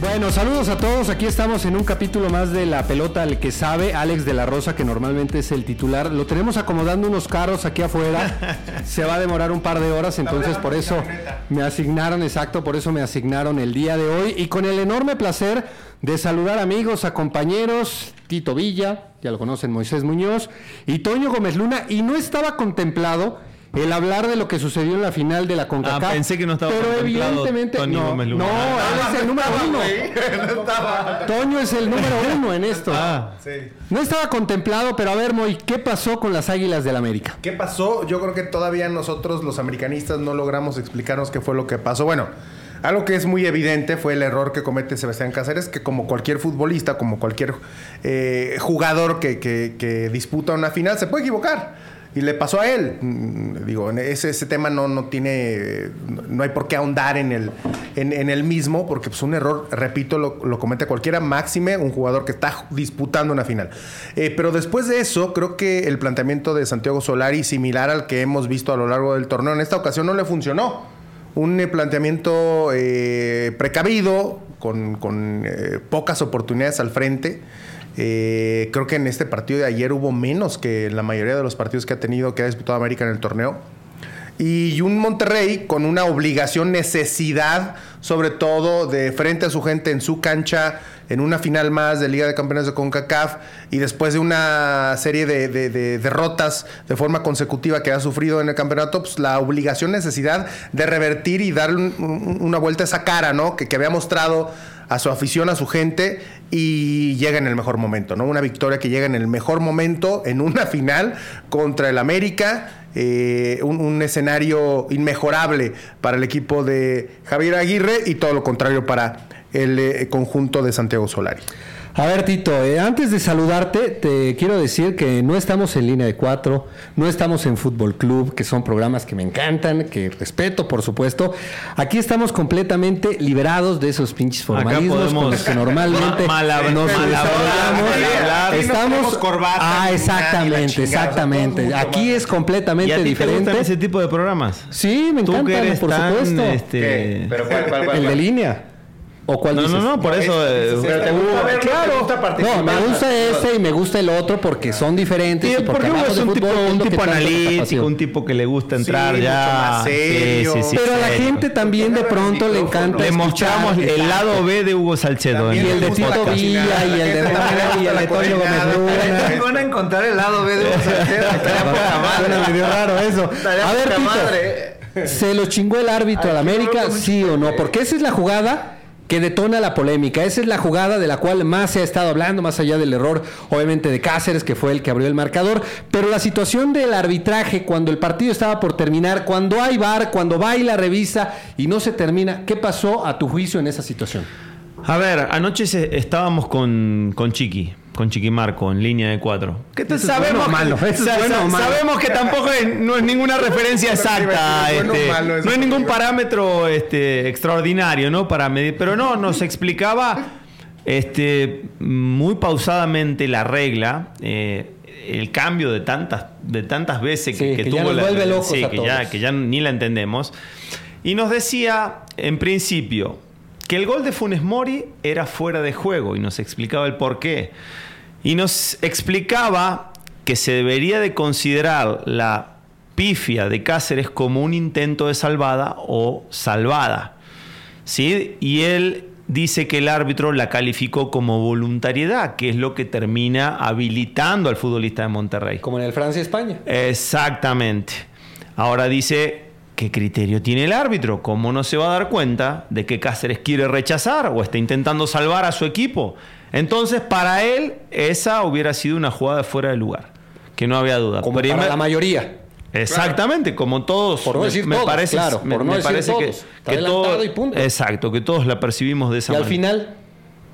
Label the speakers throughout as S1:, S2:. S1: Bueno, saludos a todos. Aquí estamos en un capítulo más de La Pelota al que sabe, Alex de la Rosa, que normalmente es el titular. Lo tenemos acomodando unos carros aquí afuera. Se va a demorar un par de horas, entonces por eso me asignaron, exacto, por eso me asignaron el día de hoy. Y con el enorme placer de saludar amigos, a compañeros, Tito Villa, ya lo conocen, Moisés Muñoz, y Toño Gómez Luna. Y no estaba contemplado el hablar de lo que sucedió en la final de la CONCACAF.
S2: Ah, pensé que no estaba
S1: Pero
S2: contemplado
S1: evidentemente
S2: Tony
S1: no,
S2: Gómez Luna.
S1: no,
S2: Ah,
S1: él es el número uno. Toño es el número uno en esto.
S2: Ah,
S1: No estaba contemplado, pero a ver, Moy, ¿qué pasó con las Águilas del América?
S3: ¿Qué pasó? Yo creo que todavía nosotros los americanistas no logramos explicarnos qué fue lo que pasó. Bueno, algo que es muy evidente fue el error que comete Sebastián Cáceres, que como cualquier futbolista, como cualquier eh, jugador que, que- que disputa una final, se puede equivocar. Y le pasó a él. Mm, Digo, en ese, ese tema no, no tiene. No hay por qué ahondar en el, en, en el mismo, porque pues, un error, repito, lo, lo comete cualquiera, máxime un jugador que está ju- disputando una final. Eh, pero después de eso, creo que el planteamiento de Santiago Solari, similar al que hemos visto a lo largo del torneo, en esta ocasión no le funcionó un eh, planteamiento eh, precavido, con, con, eh, pocas oportunidades al frente. Eh, creo que en este partido de ayer hubo menos que en la mayoría de los partidos que ha tenido, que ha disputado América en el torneo. Y un Monterrey con una obligación, necesidad, sobre todo de frente a su gente en su cancha, en una final más de Liga de Campeones de CONCACAF y después de una serie de, de- de derrotas de forma consecutiva que ha sufrido en el campeonato, pues la obligación, necesidad de revertir y darle un- un- una vuelta a esa cara, ¿no? Que, que había mostrado a su afición, a su gente y llega en el mejor momento, ¿no? Una victoria que llega en el mejor momento en una final contra el América eh, un, un escenario inmejorable para el equipo de Javier Aguirre y todo lo contrario para el eh, conjunto de Santiago Solari.
S1: A ver, Tito, eh, antes de saludarte, te quiero decir que no estamos en línea de cuatro, no estamos en Fútbol Club, que son programas que me encantan, que respeto, por supuesto. Aquí estamos completamente liberados de esos pinches formalismos con
S2: podemos-
S1: los que normalmente
S2: Mal hab-
S1: nos
S2: mal
S1: desarrollamos.
S2: hablar,
S3: mal hablar. Aquí no
S1: Estamos.
S3: tenemos corbata,
S1: Ah,
S3: ni nada, ni la
S1: exactamente,
S3: chingada, o sea, todo el
S1: exactamente.
S3: mundo
S1: Aquí
S3: va.
S1: es completamente
S2: ¿Y a ti te
S1: diferente.
S2: gustan ese tipo de programas?
S1: Sí, me
S2: Tú que
S1: encanta,
S2: eres
S1: por
S2: tan,
S1: supuesto.
S2: este,
S3: ¿Qué? Pero cuál, cuál, cuál,
S1: ¿El de
S3: cuál?
S1: línea? ¿O cuál
S2: No, no,
S1: dices?
S2: no, por eso... eh,
S3: Pero te gusta verlo, te
S1: claro.
S3: gusta
S1: No,
S3: participar.
S1: me gusta este y me gusta el otro porque son diferentes.
S2: eh, Sí,
S1: y
S2: porque uno
S1: hablamos
S2: es
S1: de
S2: un
S1: fútbol,
S2: tipo,
S1: que es
S2: un
S1: lo que
S2: tipo
S1: tanto nos
S2: analítico,
S1: apasiona.
S2: un tipo que le gusta entrar
S3: Sí,
S2: ya.
S3: mucho más
S2: Sí,
S3: serio.
S2: sí, sí,
S1: Pero a la
S2: serio.
S1: gente también de pronto le encanta
S2: Le mostramos
S1: escuchar-
S2: el lado B de Hugo Salcedo.
S1: Y
S2: en
S1: el de
S2: este
S1: Tito
S2: podcast.
S1: Villa, y el de Mario, y el de Toño Gómez Luna.
S4: van a encontrar el lado B de los
S1: Suena medio raro eso.
S4: Estaría
S1: A ver,
S4: poca
S1: Tito,
S4: madre.
S1: ¿se lo chingó el árbitro al América? ¿Sí o no? Porque esa es la jugada que detona la polémica. Esa es la jugada de la cual más se ha estado hablando, más allá del error, obviamente, de Cáceres, que fue el que abrió el marcador. Pero la situación del arbitraje, cuando el partido estaba por terminar, cuando hay VAR, cuando va y la revisa y no se termina, ¿qué pasó a tu juicio en esa situación?
S2: A ver, anoche se- estábamos con, con Chiqui, con Chiqui Marco, en línea de cuatro. ¿Qué te
S1: ¿Eso es bueno o malo? ¿Eso es bueno o malo?
S2: Sabemos que tampoco es- no es ninguna referencia exacta.
S3: Bueno o
S2: este,
S3: malo, eso
S2: no hay
S3: te
S2: ningún
S3: digo.
S2: parámetro este, extraordinario, ¿no? Para medir. Pero no, nos explicaba este, muy pausadamente la regla. eh, el cambio de tantas, de tantas veces que,
S1: Sí,
S2: que
S1: que ya
S2: tuvo
S1: nos
S2: la-
S1: vuelve locos
S2: sí,
S1: a
S2: que ya-
S1: todos.
S2: que ya ni la entendemos. Y nos decía, en principio, que el gol de Funes Mori era fuera de juego y nos explicaba el por qué. Y nos explicaba que se debería de considerar la pifia de Cáceres como un intento de salvada o salvada. ¿sí? Y él dice que el árbitro la calificó como voluntariedad, que es lo que termina habilitando al futbolista de Monterrey.
S1: Como en el Francia-España.
S2: Exactamente. Ahora dice, ¿qué criterio tiene el árbitro? ¿Cómo no se va a dar cuenta de que Cáceres quiere rechazar o está intentando salvar a su equipo? Entonces, para él, esa hubiera sido una jugada fuera de lugar, que no había duda.
S1: Como
S2: Primer-
S1: para la mayoría.
S2: Exactamente, como todos.
S1: Por no decir todos, claro,
S2: me-
S1: por no
S2: me
S1: decir
S2: parece que-
S1: todos. Está
S2: que
S1: adelantado
S2: todo-
S1: y punto.
S2: Exacto, que todos la percibimos de esa
S1: Y al
S2: manera.
S1: final,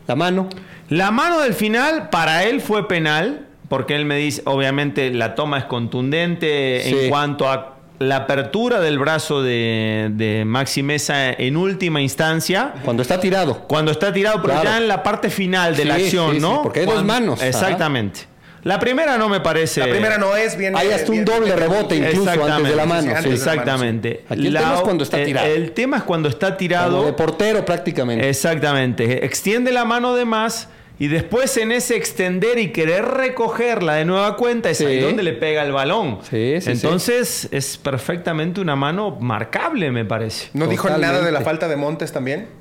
S1: la mano.
S2: La mano del final para él fue penal, porque él me dice, obviamente la toma es contundente
S1: Sí.
S2: en cuanto a la apertura del brazo de, de Maxi Mesa en última instancia.
S1: Cuando está tirado.
S2: Cuando está tirado, pero
S1: Claro.
S2: ya en la parte final de la
S1: Sí,
S2: acción,
S1: sí, sí,
S2: ¿no?
S1: porque hay dos
S2: Cuando-
S1: manos. Ajá.
S2: Exactamente. La primera no me parece.
S3: La primera no es, viene.
S1: Hay hasta un
S3: viene-
S1: doble rebote incluso antes de la mano.
S3: antes
S1: sí.
S3: de la mano,
S2: Exactamente.
S1: Aquí el tema es cuando está
S2: el-
S1: tirado.
S2: el tema es cuando está tirado.
S1: Como de portero prácticamente.
S2: Exactamente. Extiende la mano de más y después en ese extender y querer recogerla de nueva cuenta es
S1: Sí.
S2: ahí donde le pega el balón.
S1: Sí, sí, sí.
S2: Entonces es perfectamente una mano marcable, me parece.
S3: No dijo
S1: Totalmente.
S3: nada de la falta de Montes también.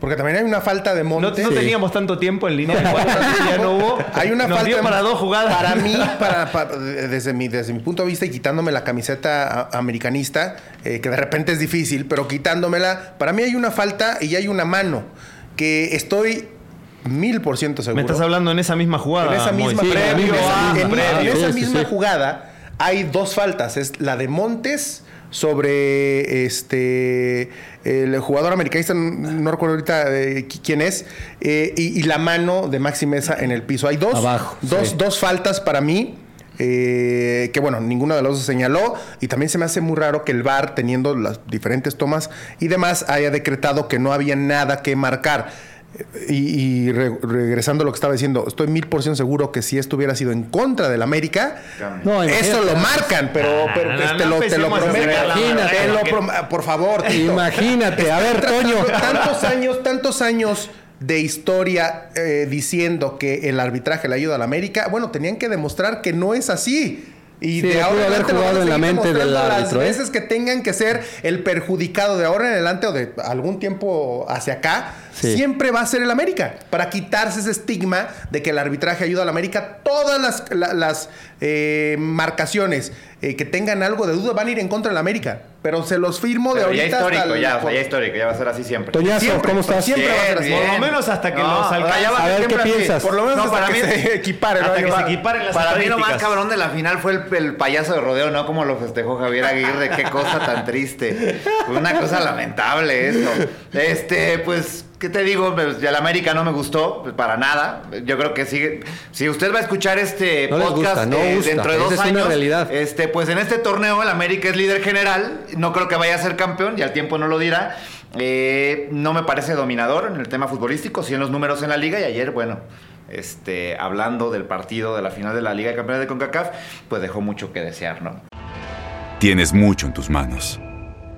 S3: Porque también hay una falta de
S2: No,
S3: Montes.
S2: no teníamos tanto tiempo en línea, de cuatro, así que ya no hubo.
S3: Hay una
S2: Nos
S3: falta
S2: dio
S3: de-
S2: para dos jugadas.
S3: Para mí, para, para- desde, mi, desde mi punto de vista y quitándome la camiseta a- americanista, eh, que de repente es difícil, pero quitándomela, para mí hay una falta y hay una mano que estoy mil por ciento seguro.
S2: me estás hablando en esa misma jugada.
S3: En esa misma,
S2: Mois.
S3: previo
S1: en
S3: a-
S1: misma,
S3: en-
S1: previo.
S3: en esa
S1: Sí, sí,
S3: misma
S1: sí.
S3: jugada hay dos faltas. Es la de Montes sobre este el jugador americanista, no recuerdo ahorita eh, qui- quién es, eh, y, y la mano de Maxi Mesa en el piso. Hay dos,
S1: Abajo,
S3: dos,
S1: sí.
S3: dos faltas para mí. eh, que bueno, ninguno de los dos se señaló y también se me hace muy raro que el VAR teniendo las diferentes tomas y demás haya decretado que no había nada que marcar. Y, y re- regresando a lo que estaba diciendo, estoy mil por ciento seguro que si esto hubiera sido en contra del América,
S1: No, imagínate.
S3: eso lo marcan, pero, pero
S2: no,
S3: que
S2: Ah, no
S3: te, lo, te lo
S2: empecemos a
S3: prometo.
S2: sacar la
S3: Imagínate,
S2: verdad,
S3: lo
S2: que-
S3: prom- por favor, Tito.
S1: Imagínate, a ver, Toño.
S3: Tantos años, tantos años de historia eh, diciendo que el arbitraje le ayuda a la América. Bueno, tenían que demostrar que no es así. Y
S1: Sí, pudo haber
S3: adelante lo van a
S1: jugado en la
S3: seguir
S1: mente del
S3: demostrando
S1: árbitro, ¿eh?
S3: Las veces que tengan que ser el perjudicado de ahora en adelante o de algún tiempo hacia acá,
S1: Sí.
S3: siempre va a ser el América. Para quitarse ese estigma de que el arbitraje ayuda al América, todas las, la- las, eh, marcaciones eh, que tengan algo de duda van a ir en contra del América. Pero se los firmo de
S5: Pero ya
S3: ahorita hasta
S5: histórico,
S3: la-
S5: ya, o sea, ya histórico, ya va a ser así siempre.
S1: Toñazo, ¿cómo estás?
S3: Siempre va a ser así.
S5: Bien,
S2: Por lo
S5: bien.
S2: menos hasta que los
S5: o sea,
S2: alcance.
S5: ya va
S1: A
S5: ser
S1: ver, ¿qué
S5: siempre así.
S1: piensas?
S3: Por lo menos
S5: No,
S3: hasta
S5: para
S3: que
S5: mí-
S3: se equipare. ¿no?
S2: hasta que
S3: Yo-
S2: se equiparen las
S5: Para mí lo más
S2: estadísticas.
S5: cabrón de la final fue el, el payaso de rodeo, ¿no? Como lo festejó Javier Aguirre, qué cosa tan triste. Fue una cosa lamentable eso. Este, pues, ¿qué te digo? Pues, ya la América no me gustó, pues, para nada. Yo creo que sigue. Si usted va a escuchar este
S1: No les
S5: podcast
S1: gusta, no
S5: eh,
S1: gusta.
S5: dentro de
S1: Esa
S5: dos
S1: es una
S5: años,
S1: realidad.
S5: este, pues en este torneo el América es líder general. No creo que vaya a ser campeón, ya el tiempo no lo dirá. Eh, no me parece dominador en el tema futbolístico, sí en los números en la liga. Y ayer, bueno, este, hablando del partido de la final de la Liga de Campeones de CONCACAF, pues dejó mucho que desear, ¿no?
S6: Tienes mucho en tus manos.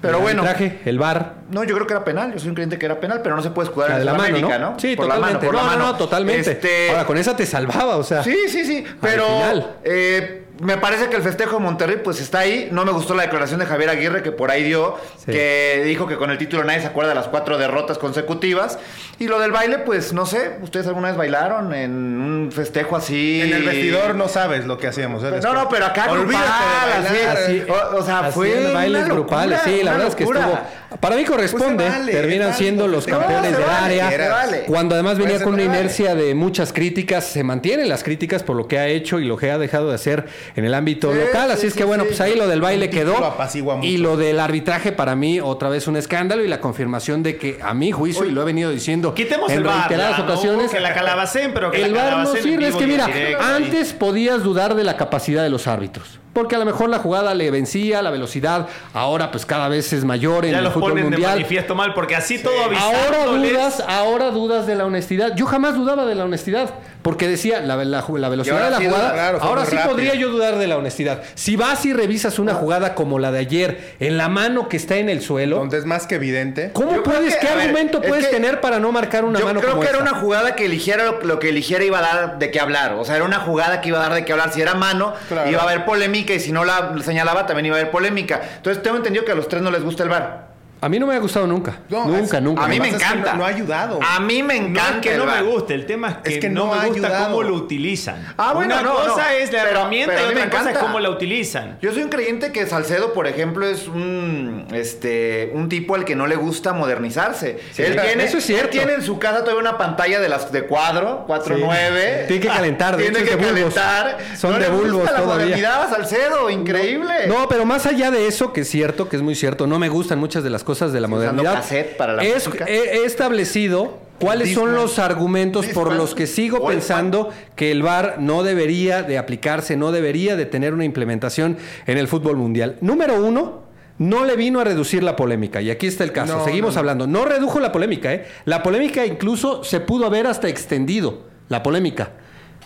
S5: Pero
S1: El
S5: bueno,
S1: arbitraje, el bar.
S5: no, yo creo que era penal. Yo soy un creyente que era penal, pero no se puede escudar
S1: La de
S5: en
S1: la
S5: el
S1: mano,
S5: América,
S1: ¿no?
S5: ¿no?
S1: Sí,
S5: por la mano,
S1: totalmente.
S5: por la
S1: no,
S5: mano.
S1: no, no, totalmente.
S5: Este,
S1: Ahora, con esa te salvaba, o sea.
S5: Sí, sí, sí. Pero
S1: final.
S5: eh, me parece que el festejo de Monterrey pues está ahí. No me gustó la declaración de Javier Aguirre que por ahí dio,
S1: Sí.
S5: que dijo que con el título nadie se acuerda de las cuatro derrotas consecutivas. Y lo del baile, pues no sé, ¿ustedes alguna vez bailaron en un festejo así?
S3: En el vestidor no sabes lo que hacíamos. ¿eh?
S5: No, no, pero acá
S3: Olvídate de
S5: grupal,
S3: bailar.
S5: así,
S1: Así-
S5: o, o sea, fue
S1: haciendo
S5: una
S1: bailes
S5: locura,
S1: grupales, sí, la
S5: una
S1: verdad es que
S5: locura.
S1: estuvo. Para mí corresponde,
S3: Pues se vale,
S1: terminan
S3: vale,
S1: siendo
S3: pues
S1: los
S3: se
S1: campeones
S5: vale,
S1: del
S5: se vale,
S1: área.
S5: se vale.
S1: Cuando además
S3: Pues
S1: venía
S3: se
S1: con una
S3: vale.
S1: inercia de muchas críticas, se mantienen las críticas por lo que ha hecho y lo que ha dejado de hacer en el ámbito
S5: Sí,
S1: local. Así
S5: sí,
S1: es que
S5: sí,
S1: bueno,
S5: sí.
S1: pues ahí lo del baile
S3: Un título
S1: quedó.
S3: apacigua mucho.
S1: Y lo del arbitraje, para mí, otra vez un escándalo y la confirmación de que a mi juicio, y lo he venido diciendo
S2: Quitemos
S1: en
S2: el bar.
S1: reiteradas
S2: ya, ¿no?
S1: ocasiones,
S2: Que la calabacén, pero que
S1: el
S2: la
S1: bar no
S2: calabacén en
S1: sirve, es
S2: vivo
S1: que
S2: y en
S1: mira,
S2: directo, ahí.
S1: antes podías dudar de la capacidad de los árbitros, porque a lo mejor la jugada le vencía, la velocidad, ahora pues cada vez es mayor en
S2: Ya
S1: el
S2: los
S1: fútbol
S2: ponen de
S1: mundial.
S2: manifiesto mal, porque así todo
S1: Ahora
S2: avisándoles-
S1: dudas, ahora dudas de la honestidad. Yo jamás dudaba de la honestidad, porque decía la, la- la
S3: Y
S1: velocidad de
S3: ahora
S1: la
S3: sí
S1: jugada.
S3: duda, claro, fue
S1: ahora
S3: muy
S1: sí
S3: rápido.
S1: podría yo dudar de la honestidad. Si vas y revisas una jugada como la de ayer, en la mano que está en el suelo,
S3: Donde es más que evidente.
S1: ¿cómo
S5: Yo creo
S1: puedes,
S5: que,
S1: qué
S5: a ver,
S1: argumento
S5: es
S1: puedes
S5: que
S1: tener para no marcar una
S5: Yo
S1: mano
S5: creo
S1: como
S5: que era
S1: esa?
S5: una jugada que eligiera lo, lo que eligiera iba a dar de qué hablar. O sea, era una jugada que iba a dar de qué hablar. Si era mano,
S3: Claro.
S5: iba a haber polémica y si no la señalaba también iba a haber polémica. Entonces tengo entendido que a los tres no les gusta el bar.
S1: A mí no me ha gustado nunca.
S3: No,
S1: nunca,
S3: es-
S1: nunca.
S5: A mí
S3: Además,
S5: me
S3: es que
S5: encanta.
S3: no- no ha ayudado.
S5: A mí me
S2: No
S5: encanta.
S2: es que
S5: el
S2: no me
S5: bar.
S2: gusta, el tema es que,
S3: Es que
S2: no,
S3: no ha
S2: me gusta
S3: ayudado.
S2: cómo lo utilizan.
S5: Ah, bueno,
S2: Una
S5: no,
S2: cosa
S5: no.
S2: es la
S5: Pero-
S2: herramienta
S5: pero a
S2: y
S5: mí me
S2: otra cosa es
S5: encanta.
S2: cómo la utilizan.
S5: Yo soy un creyente que Salcedo, por ejemplo, es un, este, un tipo al que no le gusta modernizarse. él tiene,
S1: eso es cierto.
S5: él tiene en su casa todavía una pantalla de las de cuadro, 4-9.
S1: Tiene que calentar, de
S5: Tiene
S1: hecho,
S5: que
S1: es de bulbos.
S5: calentar.
S1: Son
S5: no
S1: de
S5: le gusta
S1: bulbos
S5: la
S1: todavía.
S5: modernidad a Salcedo, increíble.
S1: No, pero más allá de eso, que es cierto, que es muy cierto, no me gustan muchas de las cosas de la
S5: Estoy usando
S1: modernidad.
S5: cassette para la
S1: Es-
S5: música.
S1: he, he establecido cuáles son
S5: Discman.
S1: los argumentos por
S5: Discman.
S1: los que sigo
S5: Walkman.
S1: pensando que el VAR no debería de aplicarse, no debería de tener una implementación en el fútbol mundial. Número uno. No le vino a reducir la polémica. Y aquí está el caso.
S3: No,
S1: Seguimos
S3: no, no.
S1: hablando. No redujo la polémica, ¿eh? La polémica incluso se pudo haber hasta extendido. La polémica.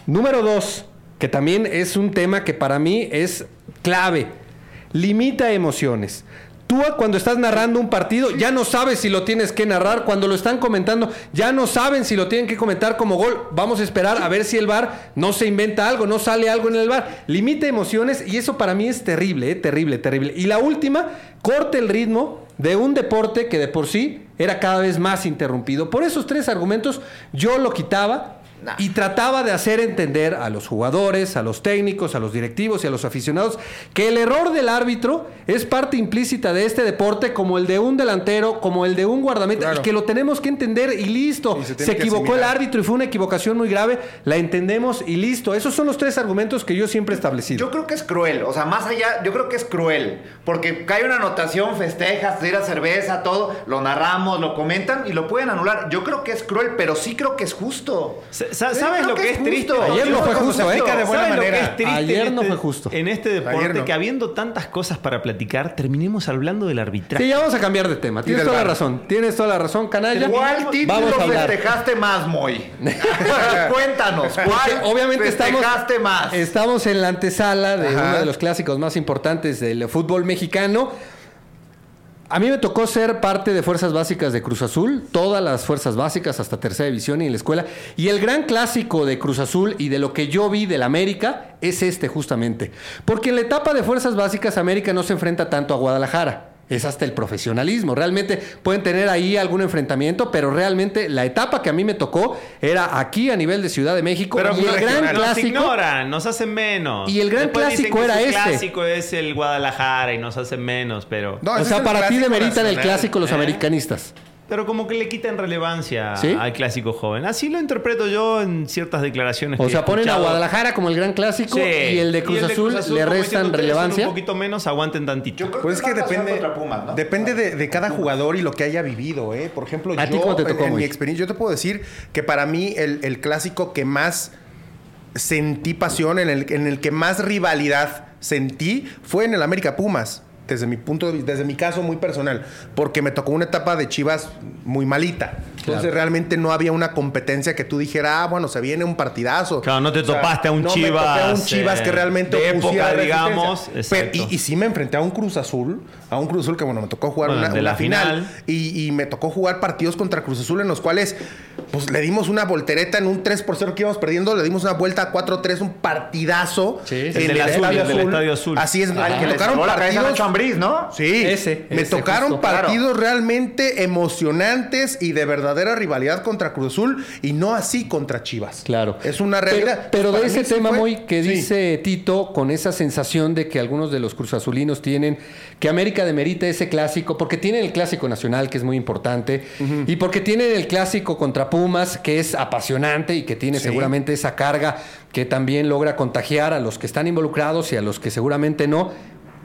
S1: Número dos, que también es un tema que para mí es clave. Limita emociones. Tú ah, cuando estás narrando un partido ya no sabes si lo tienes que narrar, cuando lo están comentando ya no saben si lo tienen que comentar como gol. Vamos a esperar a ver si el VAR no se inventa algo, no sale algo en el VAR. Limita emociones y eso para mí es terrible, eh, terrible, terrible. Y la última, corta el ritmo de un deporte que de por sí era cada vez más interrumpido. Por esos tres argumentos yo lo quitaba y trataba de hacer entender a los jugadores, a los técnicos, a los directivos y a los aficionados que el error del árbitro es parte implícita de este deporte, como el de un delantero, como el de un guardameta,
S3: Claro.
S1: y que lo tenemos que entender y listo.
S3: Y se
S1: se
S3: tiene que
S1: equivocó el
S3: asimilar.
S1: árbitro y fue una equivocación muy grave, la entendemos y listo. Esos son los tres argumentos que yo siempre he establecido.
S5: Yo creo que es cruel, o sea, más allá, yo creo que es cruel, porque cae una anotación, festejas, tiras cerveza, todo, lo narramos, lo comentan y lo pueden anular. Yo creo que es cruel, pero sí creo que es justo.
S2: Sa-
S5: Yo
S2: sa- ¿Sabes
S5: creo
S2: lo que es
S5: justo.
S2: triste?
S1: Ayer no fue
S2: ¿Sabes
S1: justo,
S2: lo que
S1: eh?
S2: es
S3: de
S2: ¿sabes
S3: buena
S2: lo que
S3: manera.
S2: es triste
S1: Ayer
S2: en
S1: no
S2: este-
S1: fue justo.
S2: En este deporte,
S3: Ayer no.
S2: que habiendo tantas cosas para platicar, terminemos hablando del arbitraje.
S1: Sí, ya vamos a cambiar de tema. Tienes
S3: del
S1: toda la
S3: bar.
S1: razón. Tienes toda la razón, canalla.
S5: ¿Cuál título
S1: Vamos a hablar.
S5: festejaste más, Moy? Cuéntanos, ¿cuál
S1: Porque obviamente estamos,
S5: festejaste más?
S1: estamos en la antesala de uno de los clásicos más importantes del fútbol mexicano. A mí me tocó ser parte de fuerzas básicas de Cruz Azul, todas las fuerzas básicas hasta tercera división y en la escuela. Y el gran clásico de Cruz Azul y de lo que yo vi del América es este justamente. Porque en la etapa de fuerzas básicas América no se enfrenta tanto a Guadalajara. Es hasta el profesionalismo. Realmente pueden tener ahí algún enfrentamiento, pero realmente la etapa que a mí me tocó era aquí a nivel de Ciudad de México.
S3: Pero
S1: y
S3: muy
S1: el gran
S3: regional.
S2: Nos
S1: clásico
S2: ignoran, nos hacen menos.
S1: Y el gran
S2: Después dicen
S1: clásico
S2: que
S1: era
S2: su
S1: este.
S2: clásico es el Guadalajara y nos hacen menos, pero...
S3: No,
S1: o
S3: ese
S1: sea,
S3: es el
S1: para ti
S3: clásico
S1: demeritan el
S3: nacional.
S1: clásico los
S2: ¿Eh?
S1: americanistas.
S2: Pero como que le quitan relevancia
S1: ¿Sí?
S2: al clásico joven. Así lo interpreto yo en ciertas declaraciones.
S1: O
S2: que he
S1: sea, ponen a
S2: escuchado.
S1: Guadalajara como el gran clásico
S2: Sí.
S1: y el de Cruz Azul le restan
S2: como diciendo, "Ustedes son
S1: relevancia.
S2: Un poquito menos, aguanten tantito.
S5: Yo creo
S3: Pues es que
S5: va a pasar
S3: depende,
S5: contra Pumas, ¿no?
S3: depende de, de cada jugador y lo que haya vivido, ¿eh? Por ejemplo,
S1: ¿A
S3: yo,
S1: ti cómo te
S3: en-
S1: tocó,
S3: en, mi
S1: Moy?
S3: experiencia, yo te puedo decir que para mí el, el clásico que más sentí pasión, en el, en el que más rivalidad sentí, fue en el América Pumas. Desde mi punto de vista, desde mi caso muy personal, porque me tocó una etapa de Chivas muy malita. Entonces realmente no había una competencia que tú dijera, ah, bueno, se viene un partidazo.
S2: Claro, no te topaste a un
S3: no me
S2: Chivas,
S3: topé a un Chivas
S2: eh,
S3: que realmente
S2: de
S3: opusiera
S2: época,
S3: resistencia.
S2: digamos.
S3: Pero-
S2: Exacto.
S3: y, y sí me enfrenté a un Cruz Azul, a un Cruz Azul que bueno, me tocó jugar
S2: Bueno,
S3: una,
S2: de
S3: una
S2: la
S3: final,
S2: final.
S3: Y, y me tocó jugar partidos contra Cruz Azul en los cuales pues le dimos una voltereta en un 3 por 0 que íbamos perdiendo, le dimos una vuelta a 4-3, un partidazo
S1: Sí,
S3: en
S1: sí,
S2: el azul, el del Estadio Azul.
S3: Así es,
S5: Al que
S3: me
S5: le
S3: tocaron
S5: salvó la cabeza a
S3: partidos
S5: Nacho Ambriz, ¿no?
S3: Sí,
S1: Ese,
S3: me
S1: ese,
S3: tocaron
S1: justo.
S3: partidos realmente emocionantes y de verdadera rivalidad contra Cruz Azul y no así contra Chivas.
S1: Claro.
S3: Es una realidad.
S1: Pero, pero
S3: Para
S1: de
S3: mí
S1: ese
S3: sí
S1: tema,
S3: fue-
S1: muy que
S3: sí.
S1: dice Tito, con esa sensación de que algunos de los cruzazulinos tienen, que América demerita ese clásico, porque tienen el clásico nacional, que es muy importante, y porque tienen el clásico contra Pumas, que es apasionante y que tiene
S3: Sí.
S1: seguramente esa carga que también logra contagiar a los que están involucrados y a los que seguramente no.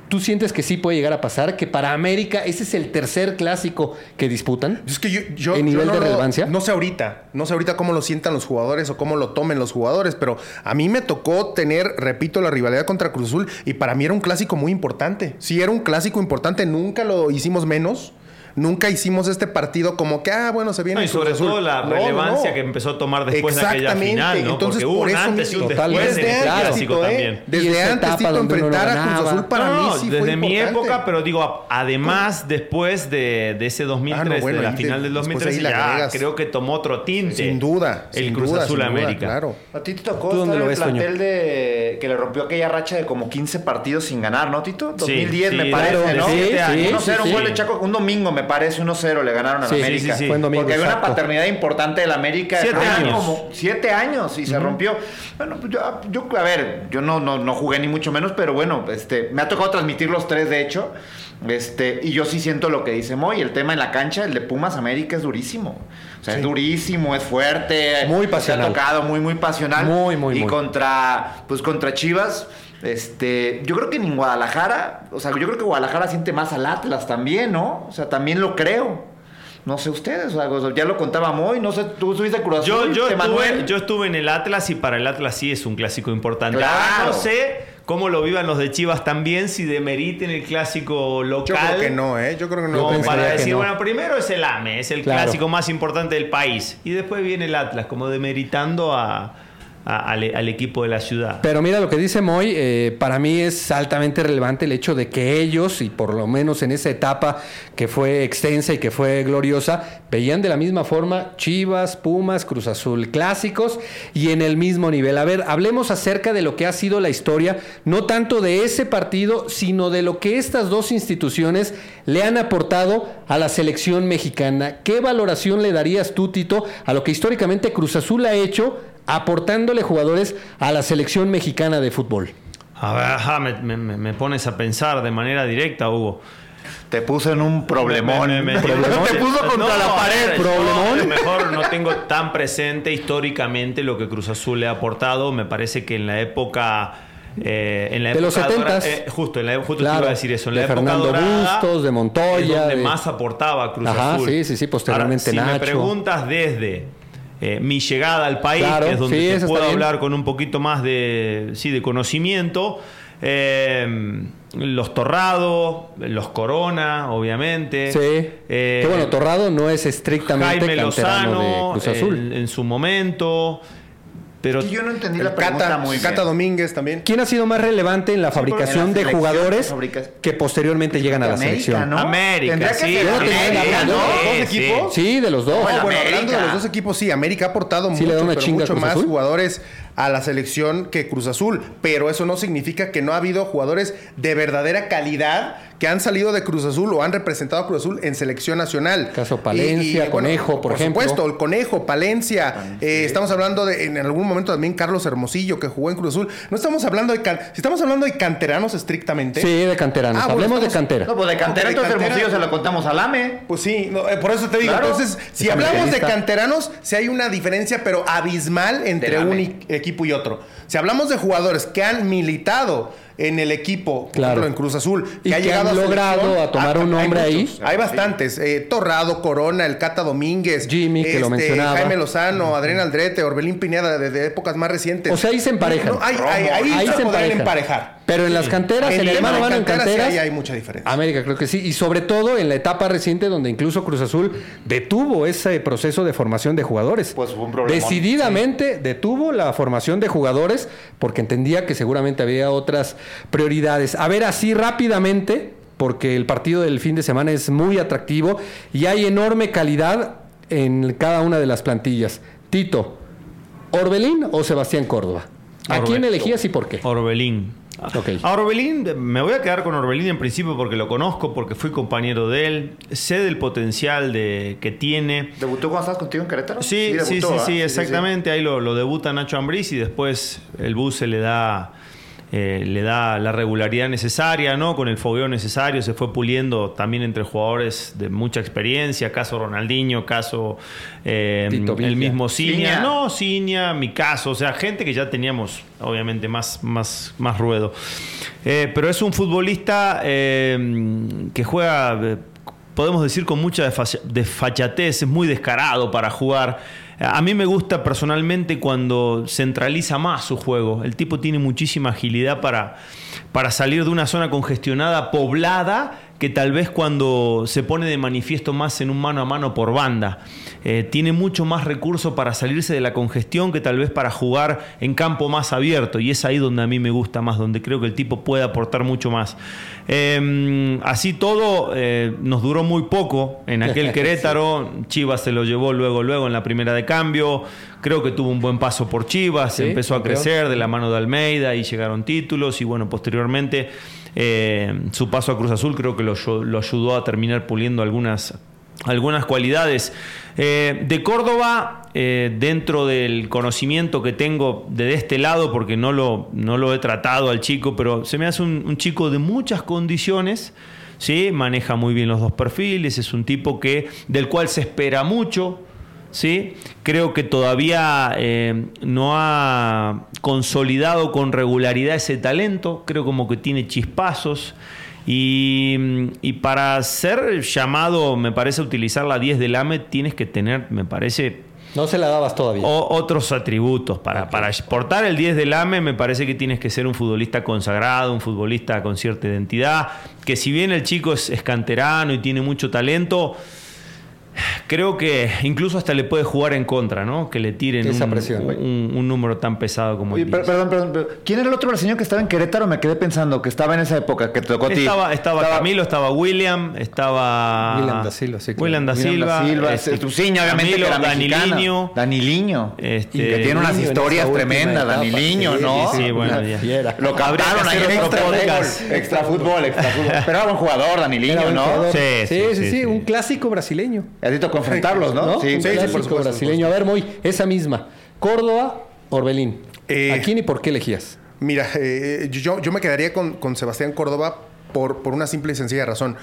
S1: ¿Tú sientes que sí puede llegar a pasar? Que para América ese es el tercer clásico que disputan.
S3: Es que yo, yo-
S1: ¿En
S3: yo
S1: nivel
S3: no
S1: de
S3: lo-
S1: relevancia?
S3: No sé ahorita, no sé ahorita cómo lo sientan los jugadores o cómo lo tomen los jugadores, pero a mí me tocó tener, repito, la rivalidad contra Cruz Azul y para mí era un clásico muy importante. Sí, era un clásico importante, nunca lo hicimos menos. Nunca hicimos este partido como que, ah, bueno, se viene.
S2: No, y
S3: el Cruz
S2: sobre
S3: Azul.
S2: todo la
S3: No, no,
S2: relevancia
S3: no.
S2: que empezó a tomar después de aquella
S3: Exactamente.
S2: final, ¿no?
S3: Entonces,
S2: Porque hubo
S3: por
S2: un
S3: eso
S2: antes y un
S3: mismo,
S2: después en
S3: totalmente.
S2: el
S3: Desde antes,
S2: clásico
S3: Tito, ¿eh?
S2: también.
S1: Y
S3: Desde
S1: esa
S3: antes,
S1: etapa
S3: Tito,
S1: donde uno lo
S3: enfrentar a
S1: ganaba.
S3: Cruz Azul para
S2: No,
S3: mí sí
S2: desde
S3: fue
S2: mi
S3: importante.
S2: época, pero digo, además después de, de ese 2003,
S3: Ah, no, bueno,
S2: de la
S3: ahí
S2: final
S3: de-
S2: del
S3: después
S2: 2003,
S3: ahí la
S2: ya
S3: agregas.
S2: creo que tomó otro tinte.
S3: Sin duda.
S2: El
S3: sin
S2: Cruz
S3: duda,
S2: Azul
S3: sin duda,
S2: América.
S3: Claro.
S5: A ti te tocó
S1: ¿Tú dónde
S5: estar
S1: lo
S5: en
S1: ves,
S5: el
S1: Toño?
S5: plantel de que le rompió aquella racha de como 15 partidos sin ganar, ¿no, Tito?
S2: Sí,
S5: 2010
S2: sí,
S5: me
S2: claro,
S5: parece, ¿no?
S2: sí, sí,
S5: 1-0,
S2: sí,
S5: un gol
S2: sí.
S5: de Chaco, un domingo me parece, 1-0 le ganaron a
S1: Sí,
S5: la
S1: sí,
S5: América.
S2: sí, sí.
S1: Fue en domingo,
S5: Porque había una
S1: exacto.
S5: paternidad importante de la América.
S2: Siete
S5: Eran
S2: años.
S5: Como siete años y se rompió. Bueno, pues yo, yo, a ver, yo no, no, no jugué ni mucho menos, pero bueno, este, me ha tocado transmitir los tres, de hecho. Este, y yo sí siento lo que dice Moy, el tema en la cancha, el de Pumas América es durísimo. O sea, es durísimo, es fuerte.
S1: Muy
S5: Eh, pues, se
S1: pasional.
S5: Ha tocado muy, muy pasional.
S1: Muy, muy,
S5: Y
S1: muy.
S5: contra, pues contra Chivas, este, yo creo que ni en Guadalajara, o sea, yo creo que Guadalajara siente más al Atlas también, ¿no? O sea, también lo creo. No sé ustedes, o sea, ya lo contaba Moy, no sé, tú subiste a Cruz Azul,
S2: Yo, yo,
S5: este,
S2: estuve,
S5: Manuel?
S2: yo estuve en el Atlas y para el Atlas sí es un clásico importante.
S5: Claro.
S2: Ahora No sé cómo lo vivan los de Chivas también, si demeriten el clásico
S3: Yo
S2: local.
S3: creo que no, ¿eh? Yo creo que no.
S2: Como
S3: Pero-
S2: para
S1: pensaría que
S2: decir,
S1: no.
S2: bueno, primero es el AME, es el
S1: Claro.
S2: clásico más importante del país. Y después viene el Atlas, como demeritando a- a- al, al equipo de la ciudad.
S1: Pero mira lo que dice Moy, eh, para mí es altamente relevante el hecho de que ellos, y por lo menos en esa etapa que fue extensa y que fue gloriosa, veían de la misma forma Chivas, Pumas, Cruz Azul, clásicos y en el mismo nivel. A ver, hablemos acerca de lo que ha sido la historia, no tanto de ese partido, sino de lo que estas dos instituciones le han aportado a la selección mexicana. ¿Qué valoración le darías tú, Tito, a lo que históricamente Cruz Azul ha hecho? aportándole jugadores a la selección mexicana de fútbol.
S2: A ver, ajá, me, me- me- me pones a pensar de manera directa, Hugo.
S5: Te puso en un problemón.
S2: Me- me- me-
S5: Te puso contra
S2: No,
S5: la pared.
S2: a ver, yo a lo mejor no tengo tan presente históricamente lo que Cruz Azul le ha aportado. Me parece que en la época. eh, en la
S1: De
S2: época
S1: los
S2: dorada-
S1: 70s.
S2: eh, justo, en la, justo te
S1: Claro,
S2: iba a decir eso. En
S1: de
S2: la época
S1: Fernando
S2: dorada
S1: Bustos, de
S2: es
S1: Montoya,
S2: Donde
S1: de-
S2: más aportaba Cruz
S1: Ajá,
S2: Azul.
S1: sí, sí, sí, posteriormente
S2: Ahora, Si
S1: Nacho.
S2: me preguntas desde eh, mi llegada al país,
S1: Claro,
S2: que es donde
S1: sí,
S2: te
S1: eso está
S2: puedo
S1: bien.
S2: hablar con un poquito más de, sí, de conocimiento. eh, los Torrado, los Corona, obviamente.
S1: Sí.
S2: Eh,
S1: que bueno, Torrado no es estrictamente
S2: Jaime
S1: canterano
S2: Lozano
S1: de Cruz
S2: En,
S1: Azul.
S2: en su momento. Pero
S5: Y yo no entendí la pregunta
S3: Cata,
S5: muy bien.
S3: Cata Domínguez también.
S1: ¿Quién ha sido más relevante en la fabricación
S5: en la
S1: de
S5: selección,
S1: jugadores
S5: fabrica-
S1: que posteriormente llegan a la
S5: América,
S1: selección?
S5: ¿no?
S2: América,
S5: Tendría que
S2: sí,
S5: ser
S2: yo
S5: América,
S1: tenía la-
S5: ¿no?
S1: yo-
S3: ¿Dos
S2: sí.
S3: equipos?
S1: Sí, de los dos.
S3: No,
S5: Bueno,
S3: bueno,
S5: América.
S3: hablando de los dos equipos, sí, América ha aportado
S1: Sí,
S3: mucho,
S1: le da una
S3: pero
S1: chinga a
S3: mucho
S1: Cruz
S3: más
S1: Azul.
S3: jugadores a la selección que Cruz Azul. Pero eso no significa que no ha habido jugadores de verdadera calidad que han salido de Cruz Azul o han representado a Cruz Azul en selección nacional.
S1: Caso Palencia, Conejo, por ejemplo.
S3: supuesto, el Conejo, Palencia. eh, estamos hablando de, en algún momento también, Carlos Hermosillo, que jugó en Cruz Azul. No estamos hablando de... can- si estamos hablando de canteranos estrictamente...
S1: Sí, de canteranos.
S3: Ah, bueno,
S1: Hablemos
S3: estamos-
S1: de cantera.
S5: No, pues de cantera,
S3: De
S5: entonces
S3: cantera.
S5: Hermosillo se lo contamos al AME.
S3: Pues sí, no, eh, por eso te digo.
S5: Claro.
S3: Entonces, si
S1: Es
S3: hablamos de
S1: americanista.
S3: canteranos, si hay una diferencia, pero abismal entre
S5: Del
S3: un
S5: AME.
S3: i- equipo y otro. Si hablamos de jugadores que han militado en el equipo, por
S1: Claro.
S3: ejemplo, en Cruz Azul,
S1: Y que han
S3: su
S1: logrado
S3: selección,
S1: a tomar
S3: ah,
S1: un
S3: hay
S1: nombre ahí.
S3: muchos. Hay bastantes. eh, Torrado, Corona, el Cata Domínguez, este,
S1: Jimmy, que lo mencionaba.
S3: Jaime Lozano, Adrián Aldrete, Orbelín Pineda, desde épocas más recientes.
S1: O sea, ahí se emparejan.
S3: No, hay- hay- pues, ahí,
S1: Ahí
S3: se,
S1: se
S3: podrían
S1: emparejan.
S3: emparejar.
S1: Pero en las canteras, en
S3: el
S1: el
S3: tema
S1: mano a
S3: de
S1: mano en
S3: canteras, sí,
S1: canteras.
S3: ahí hay mucha
S5: Pues.
S3: diferencia.
S1: América, creo que sí. Y sobre todo en la etapa reciente donde incluso Cruz Azul detuvo ese proceso de formación de jugadores.
S5: Pues fue un problemón.
S1: Decididamente detuvo la formación de jugadores porque entendía que seguramente había otras prioridades. A ver, así rápidamente, porque el partido del fin de semana es muy atractivo y hay enorme calidad en cada una de las plantillas. Tito, ¿Orbelín o Sebastián Córdoba? ¿A
S2: Orbelín.
S1: quién elegías y por qué?
S2: Orbelín.
S1: Ok.
S2: A Orbelín, me voy a quedar con Orbelín en principio porque lo conozco, porque fui compañero de él, sé del potencial de, que tiene.
S5: ¿Debutó cuando estabas contigo en Querétaro?
S2: Sí, sí,
S5: debutó,
S2: sí,
S5: ¿ah?
S2: sí, exactamente. Ahí lo, lo debuta Nacho Ambriz y después el bus se le da, eh, le da la regularidad necesaria, ¿no? Con el fogueo necesario, se fue puliendo también entre jugadores de mucha experiencia, caso Ronaldinho, caso eh,
S1: Tito Villa.
S2: el mismo Ciña.
S5: Ciña.
S2: No, Ciña, mi caso, o sea, gente que ya teníamos, obviamente, más, más, más ruedo. Eh, pero es un futbolista eh, que juega, eh, podemos decir, con mucha desfacha- desfachatez, es muy descarado para jugar. A mí me gusta personalmente cuando centraliza más su juego. El tipo tiene muchísima agilidad para, para salir de una zona congestionada, poblada, que tal vez cuando se pone de manifiesto más en un mano a mano por banda, eh, tiene mucho más recurso para salirse de la congestión que tal vez para jugar en campo más abierto. Y es ahí donde a mí me gusta más, donde creo que el tipo puede aportar mucho más. Eh, así todo, eh, nos duró muy poco en aquel Querétaro. Chivas se lo llevó luego, luego en la primera de cambio. Creo que tuvo un buen paso por Chivas,
S1: Sí,
S2: empezó a
S1: campeón.
S2: crecer de la mano de Almeida y llegaron títulos y bueno, posteriormente eh, su paso a Cruz Azul creo que lo, ayu- lo ayudó a terminar puliendo algunas, algunas cualidades. Eh, de Córdoba, eh, dentro del conocimiento que tengo de este lado, porque no lo, no lo he tratado al chico, pero se me hace un, un chico de muchas condiciones. ¿sí? Maneja muy bien los dos perfiles, es un tipo que, del cual se espera mucho. ¿sí? Creo que todavía eh, no ha consolidado con regularidad ese talento, creo como que tiene chispazos. Y, y para ser llamado, me parece, a utilizar la 10 del AME, tienes que tener, me parece,
S1: No se la dabas todavía.
S2: o- otros atributos. Para, para portar el 10 del AME me parece que tienes que ser un futbolista consagrado, un futbolista con cierta identidad, que si bien el chico es, es canterano y tiene mucho talento, creo que incluso hasta le puede jugar en contra, ¿no? Que le tiren
S1: Esa
S2: un,
S1: presión.
S2: un- un número tan pesado como
S5: Oye,
S2: el
S5: per-
S2: 10.
S5: perdón, perdón, pero ¿Quién era el otro brasileño que estaba en Querétaro? Me quedé pensando que estaba en esa época que te tocó a ti.
S2: Estaba, estaba Camilo, estaba William, estaba.
S1: William da Silva, sí, claro.
S2: William da
S5: William
S2: Silva.
S5: da Silva,
S2: este,
S5: Tuciña, obviamente,
S2: Camilo,
S5: que era mexicano.
S2: Daniliño.
S5: Daniliño.
S2: Este,
S5: que tiene unas
S1: Daniliño en
S5: historias
S1: esa última
S5: tremendas,
S1: etapa.
S5: Daniliño,
S1: Sí,
S5: ¿no?
S2: sí, sí, bueno,
S5: Una
S2: ya.
S5: fiera. Lo
S2: Habría que
S5: captaron
S2: hacer
S5: ayer en
S2: otro
S5: extra
S2: podcast.
S5: fútbol, extra fútbol, extra fútbol. Pero era buen jugador,
S1: Era
S5: Daniliño,
S1: buen
S5: ¿no?
S1: jugador.
S2: Sí,
S1: sí, sí,
S2: sí, sí.
S1: un clásico brasileño.
S5: A ti tocó enfrentarlos, ¿no?
S1: ¿No? un
S5: Sí, sí,
S1: clásico
S5: por supuesto.
S1: brasileño. A ver, Moy, esa misma. Córdoba, Orbelín.
S3: Eh,
S1: ¿A quién y por qué elegías?
S3: Mira, eh, yo, yo me quedaría con, con Sebastián Córdoba por, por una simple y sencilla razón.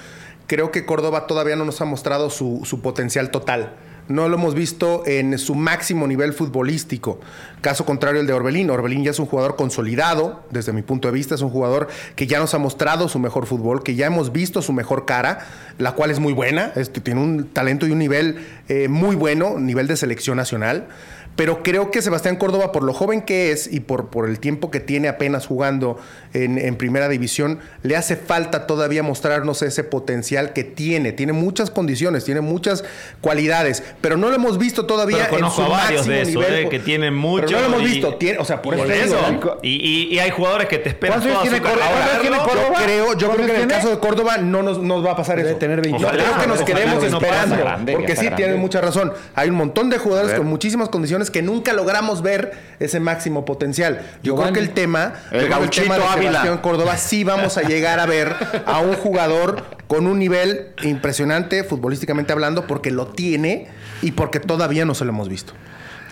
S3: Creo que Córdoba todavía no nos ha mostrado su, su potencial total. No lo hemos visto en su máximo nivel futbolístico. Caso contrario el de Orbelín. Orbelín ya es un jugador consolidado, desde mi punto de vista, es un jugador que ya nos ha mostrado su mejor fútbol, que ya hemos visto su mejor cara, la cual es muy buena, este, tiene un talento y un nivel eh, muy bueno, nivel de selección nacional. Pero creo que Sebastián Córdoba, por lo joven que es y por, por el tiempo que tiene apenas jugando en, en primera división, le hace falta todavía mostrarnos ese potencial que tiene. Tiene muchas condiciones, tiene muchas cualidades, pero no lo hemos visto todavía
S2: Pero conozco
S3: en su
S2: a varios
S3: máximo
S2: de esos,
S3: nivel.
S2: eh, que tienen mucho
S3: Pero no lo hemos
S2: y-
S3: visto. Tiene, o sea, por,
S2: Por
S3: eso. te digo,
S2: eso. Y, y- y hay jugadores que te esperan.
S5: ¿Cuántos años
S2: toda su
S5: tiene Córdoba?
S2: carrera.
S5: ¿Cuántos años tiene
S2: Verlo,
S5: Córdoba?
S3: Yo creo, yo creo que en el
S5: tiene?
S3: caso de Córdoba no nos, nos va a pasar eso.
S1: tener 20.
S3: Yo creo que nos
S2: Ojalá,
S3: quedemos
S2: ojalá,
S3: esperando.
S2: ojalá.
S5: grande, ya
S3: porque
S5: está
S3: sí
S5: grande.
S3: tienen mucha razón. Hay un montón de jugadores
S5: A ver.
S3: con muchísimas condiciones que nunca logramos ver ese máximo potencial. Yo
S1: Giovanni.
S3: creo que el tema,
S5: El
S3: yo creo que
S5: gauchito
S3: tema de
S5: Ávila.
S3: Sebastián Córdoba sí vamos a llegar a ver a un jugador con un nivel impresionante futbolísticamente hablando porque lo tiene y porque todavía no se lo hemos visto.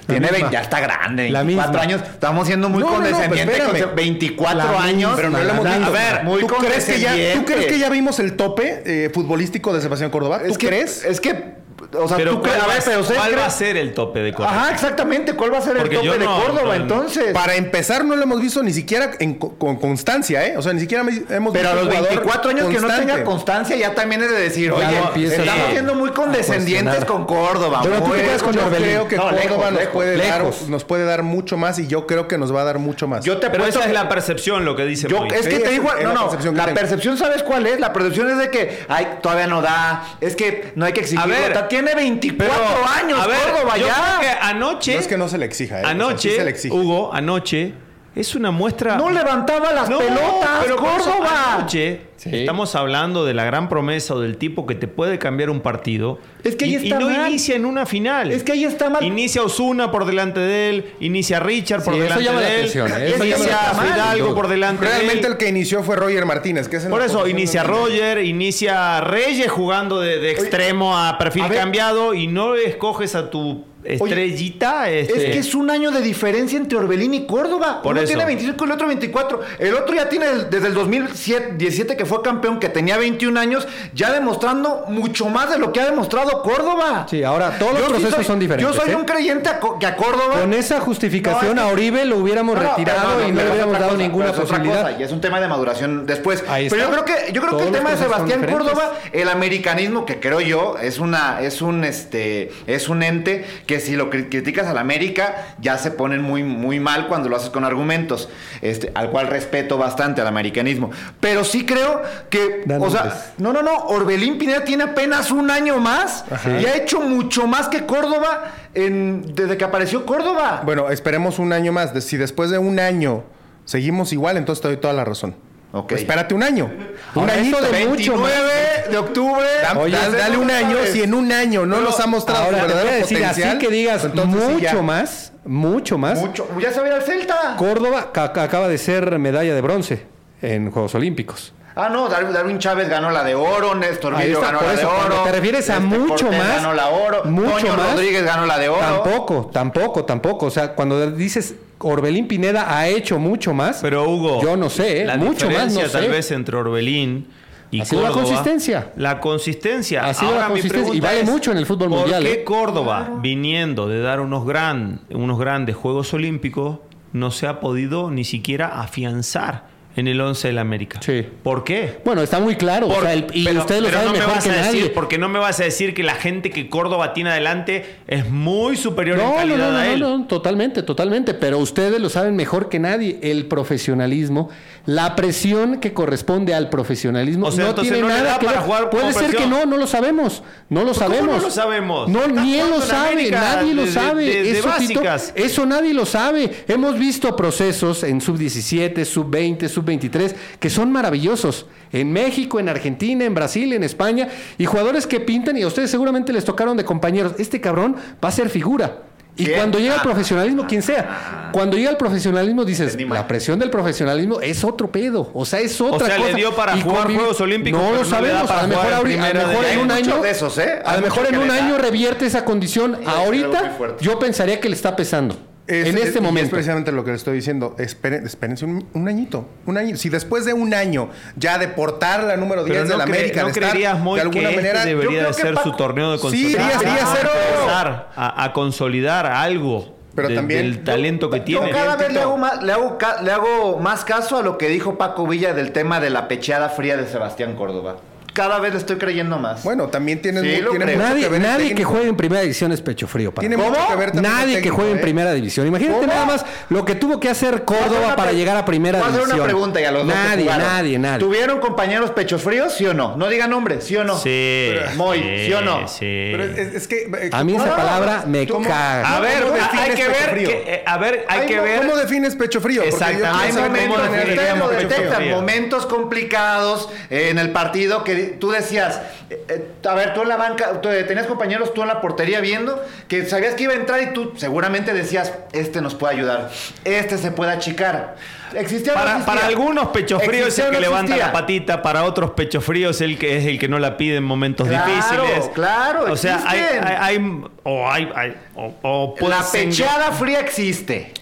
S5: Tiene
S1: La
S5: 20,
S1: misma.
S5: ya está grande,
S1: La
S5: 24
S1: misma.
S5: años. Estamos siendo muy
S3: No, no, no,
S5: condescendientes.
S3: pero
S5: con-
S3: espérame.
S5: 24
S1: La
S5: años.
S1: misma, Pero no
S3: lo hemos
S5: A
S3: visto.
S5: ver, muy
S3: ¿Tú crees, que ya,
S5: condescendientes.
S3: ¿Tú crees que ya vimos el tope eh, futbolístico de Sebastián Córdoba? ¿Tú
S5: Es que,
S3: crees?
S5: Es que, o sea,
S2: Pero
S5: tú crees.
S2: ¿cuál,
S5: A ver,
S2: va-
S5: pero
S2: cuál
S5: ustedes
S2: va a
S5: creen- Ah,
S2: ser el tope de Córdoba?
S5: Ajá, exactamente. ¿Cuál va a ser el
S2: Porque yo
S5: tope de
S2: no- no-
S5: Córdoba entonces?
S3: Para empezar, no lo hemos visto ni siquiera en co- con constancia, ¿eh? O sea, ni siquiera me- hemos
S5: Pero a
S3: visto
S5: los
S3: un jugador
S5: 24 años que no
S3: constante.
S5: tenga constancia ya también es de decir, oye,
S1: empiezas
S5: estamos
S2: a-
S5: siendo muy condescendientes
S1: cuestionar.
S5: con Córdoba.
S3: Pero tú
S5: muy-
S3: te quedas con
S5: yo
S3: Orbelín. creo que
S5: No,
S3: Córdoba
S5: lejos,
S3: nos,
S5: lejos,
S3: puede dar,
S5: lejos.
S3: nos puede dar mucho más y yo creo que nos va a dar mucho más.
S5: Yo te
S2: Pero
S5: apuesto
S2: esa es
S5: que-
S2: la percepción, lo que dice
S5: Yo,
S2: Moy.
S5: es que
S3: Sí,
S5: te
S3: es-
S5: digo,
S3: es
S5: no,
S3: la
S5: no,
S3: percepción que
S5: la
S3: tengo.
S5: percepción, ¿sabes cuál es? La percepción es de que, ay, todavía no da, es que no hay que exigir.
S2: A ver,
S5: tiene 24
S2: Pero,
S5: años,
S2: a ver,
S5: Córdoba,
S2: yo
S5: ya.
S2: creo que anoche,
S3: no es que no se le exija, ¿eh? O sea, sí
S2: anoche,
S3: se le exige.
S2: Hugo, anoche, es una muestra...
S5: No levantaba las
S2: No,
S5: pelotas,
S2: pero por eso ah,
S5: Córdoba.
S2: anoche, estamos hablando de la gran promesa o del tipo que te puede cambiar un partido.
S5: Es que ahí
S2: y,
S5: está
S2: y no
S5: mal.
S2: inicia en una final.
S5: Es que ahí está mal.
S2: Inicia Osuna por delante de él, inicia Richard por
S1: Sí, eso
S2: delante
S1: llama la
S2: de él,
S1: atención, ¿eh? Eso
S2: inicia
S3: llama la
S1: atención, sin
S2: Fidalgo
S1: duda.
S2: por delante de él.
S3: Realmente el que inició fue Roger Martínez, que es en
S2: Por
S3: la
S2: eso
S3: posición
S2: inicia
S3: donde-
S2: Roger, inicia Reyes jugando de, de extremo a perfil
S5: a ver.
S2: cambiado y no escoges a tu estrellita.
S5: Es
S2: este,
S5: que es un año de diferencia entre Orbelín y Córdoba.
S2: Por
S5: Uno
S2: eso.
S5: tiene 25 y el otro 24. El otro ya tiene el- desde el 2017 que fue campeón, que tenía 21 años, ya demostrando mucho más de lo que ha demostrado Córdoba.
S1: Sí, ahora todos los
S5: Yo sí
S1: procesos
S5: soy-
S1: son diferentes.
S5: Yo soy
S1: ¿eh?
S5: un creyente a Co- que a Córdoba.
S1: Con esa justificación
S5: No, es que-
S1: a Oribe lo hubiéramos
S5: No, no,
S1: retirado
S5: pero
S1: y no
S5: pero
S1: le
S5: es
S1: hubiéramos
S5: otra
S1: dado
S5: cosa,
S1: ninguna
S5: pero es otra
S1: posibilidad.
S5: cosa, y es un tema de maduración después.
S1: Ahí
S5: Pero yo
S1: está.
S5: creo que, yo creo
S1: Todos
S5: que el
S1: los
S5: tema de
S1: procesos son
S5: Sebastián
S1: diferentes.
S5: Córdoba, el americanismo, que creo yo, es una, es un este, es un ente que si lo cri- criticas al América, ya se ponen muy, muy mal cuando lo haces con argumentos. Este, al cual respeto bastante al americanismo. Pero sí creo creo que,
S1: Dan
S5: o sea,
S1: López.
S5: no, no, no, Orbelín Pineda tiene apenas un año más y ha hecho mucho más que Córdoba en- desde que apareció Córdoba.
S3: Bueno, esperemos un año más. De- Si después de un año seguimos igual, entonces te doy toda la razón.
S5: Ok.
S3: Espérate un año. Un
S1: Ahora,
S3: añito
S1: esto de mucho más.
S3: 29 de octubre. Dam-
S1: Oye,
S3: dale, dale un año. Si en un año no los ha mostrado
S1: Ahora,
S3: su
S1: te voy a
S3: verdadero
S1: decir,
S3: potencial,
S1: así que digas
S3: entonces sí,
S1: mucho
S3: ya.
S1: más, mucho más.
S5: Mucho. Ya se va a ir al Celta.
S1: Córdoba ca- ca- acaba de ser medalla de bronce en Juegos Olímpicos.
S5: Ah, no, Dar- Darwin Chávez ganó la de oro, Néstor
S1: Ahí
S5: Emilio
S1: está,
S5: ganó
S1: por
S5: la de
S1: eso,
S5: oro.
S1: cuando te refieres a mucho
S5: Cortés
S1: más,
S5: ganó la oro.
S1: mucho
S5: Toño
S1: más,
S5: Rodríguez ganó la de oro.
S1: Tampoco, tampoco, tampoco. O sea, cuando dices Orbelín Pineda ha hecho mucho más,
S2: Pero Hugo,
S1: yo no sé, ¿eh?
S2: la
S1: mucho más
S2: diferencia
S1: no
S2: tal
S1: sé.
S2: vez entre Orbelín y
S1: Ha sido la
S2: Córdoba,
S1: consistencia.
S2: La consistencia.
S1: Ha sido la
S2: Ahora mi
S1: consistencia,
S2: pregunta
S1: y vale
S2: es,
S1: mucho en el fútbol mundial,
S2: ¿Por qué
S1: ¿eh?
S2: Córdoba, viniendo de dar unos, gran, unos grandes Juegos Olímpicos, no se ha podido ni siquiera afianzar en el 11 del América?
S1: Sí.
S2: ¿Por qué?
S1: Bueno, está muy claro. o
S2: Por-
S1: sea, el- y
S2: pero-
S1: ustedes lo
S2: pero
S1: saben
S2: no me
S1: mejor
S2: vas
S1: que
S2: a decir,
S1: nadie.
S2: Porque no me vas a decir que la gente que Córdoba tiene adelante es muy superior en
S1: No, no,
S2: calidad
S1: no, no,
S2: a él.
S1: no, no, totalmente, totalmente. Pero ustedes lo saben mejor que nadie. El profesionalismo, la presión que corresponde al profesionalismo,
S2: O sea,
S1: no
S2: entonces
S1: tiene
S2: no le
S1: nada
S2: da
S1: que
S2: para
S1: ver.
S2: jugar
S1: Puede
S2: con
S1: ser que
S2: presión.
S1: no, no lo sabemos. No lo
S2: ¿Cómo
S1: sabemos.
S2: no lo sabemos?
S1: No,
S2: Está
S1: ni él lo
S2: jugando en
S1: sabe,
S2: América
S1: nadie
S2: de-
S1: lo
S2: de-
S1: sabe.
S2: de- de
S1: eso, Tito,
S2: básicas.
S1: eso nadie lo sabe. Hemos visto procesos en sub-17, sub-20, sub-23 que son maravillosos. En México, en Argentina, en Brasil, en España. Y jugadores que pintan y a ustedes seguramente les tocaron de compañeros. Este cabrón va a ser figura. Y
S5: ¿Quién?
S1: cuando llega al
S5: Ah.
S1: profesionalismo, quien sea, cuando llega al profesionalismo dices,
S5: Entendí mal.
S1: la presión del profesionalismo es otro pedo, o sea, es otra
S2: sea, le
S1: cosa.
S2: dio para
S1: Y
S2: jugar
S1: convive-
S2: Juegos Olímpicos,
S1: No lo
S2: pero no le da
S1: sabemos,
S2: para
S1: a lo mejor,
S2: jugar en
S1: ahri- a lo
S2: primera
S1: mejor
S2: de-
S1: en
S5: Hay
S1: un
S5: muchos
S1: año
S5: de esos, ¿eh?
S1: a
S5: Hay
S1: lo mejor
S5: muchos
S1: en
S5: que
S1: un
S5: le da.
S1: año revierte esa condición.
S5: es algo muy
S1: Ahorita
S5: fuerte.
S1: yo pensaría que le está pesando.
S3: Es-
S1: en
S3: es-
S1: este
S3: y Es
S1: momento.
S3: precisamente lo que le estoy diciendo. Esperen, espérense un, un añito. Un año. Si después de un año ya de portar la número 10 de
S2: no
S3: la
S2: cre-
S3: América,
S2: no
S3: de estar,
S2: creerías, Moy,
S3: de alguna
S2: que este
S3: manera, yo
S2: debería
S3: creo
S2: de
S3: que
S2: ser
S3: Paco-
S2: su torneo de
S3: Sí,
S2: consolidación.
S3: iría, iría
S2: a,
S5: Ah,
S3: cero.
S2: empezar a- a consolidar algo
S3: Pero
S2: de-
S3: también-
S2: del talento que
S5: Yo
S2: tiene.
S5: cada vez le
S3: Tito.
S5: hago, más, le, hago ca- le hago más caso a lo que dijo Paco Villa del tema de la pecheada fría de Sebastián Córdoba. Cada vez le estoy creyendo más.
S3: Bueno, también tienes
S5: Sí, lo
S3: tiene
S5: creo.
S3: mucho
S1: Nadie,
S3: ver el
S1: nadie que
S3: técnico.
S1: juegue en primera división es pecho frío. Para
S3: Tiene
S1: mí.
S3: mucho que ver también el
S1: nadie que
S3: técnico,
S1: juegue en
S3: ¿eh?
S1: primera división. Imagínate
S3: ¿Cómo?
S1: nada más lo que tuvo que hacer
S5: Voy a hacer
S1: Córdoba
S5: una
S1: para
S5: pre-
S1: llegar a primera
S5: voy a hacer
S1: división.
S5: una pregunta y a los dos que
S1: nadie,
S5: jugaron.
S1: nadie, nadie.
S5: ¿Tuvieron compañeros pechos fríos, sí o no? No digan nombre, sí o no.
S2: Sí.
S5: Moy, ¿sí o no?
S2: sí.
S3: Pero es, es que. eh,
S1: A mí
S3: ¿cómo-
S1: esa palabra me
S3: ¿cómo-
S1: caga.
S2: a
S3: ¿cómo
S2: ver,
S3: defines
S2: hay que
S3: pecho
S2: ver,
S3: frío?
S2: que- eh, a ver, hay
S5: Ay,
S2: que
S5: no,
S2: ver.
S3: ¿Cómo defines pecho frío? Porque yo
S2: Exactamente.
S5: Hay
S3: quiero saber
S5: momentos,
S3: cómo
S5: ustedes
S3: definiríamos
S5: lo
S3: pecho frío.
S5: detectan,
S2: frío.
S5: momentos complicados eh, en el partido que tú decías, eh, eh, a ver, tú en la banca, tú, eh, tenías compañeros tú en la portería viendo que sabías que iba a entrar y tú seguramente decías, este nos puede ayudar, este se puede achicar. Existía o no
S2: Para,
S5: existía?
S2: para algunos pechos fríos es
S5: Existía
S2: el
S5: o
S2: que
S5: no
S2: levanta
S5: existía?
S2: la patita, para otros pechos fríos el que es el que no la pide en momentos
S5: Claro,
S2: difíciles.
S5: claro,
S2: o sea, hay,
S5: existen.
S2: hay, hay- o hay, hay- o, o puede
S5: La
S2: ser-
S5: pechada fría existe.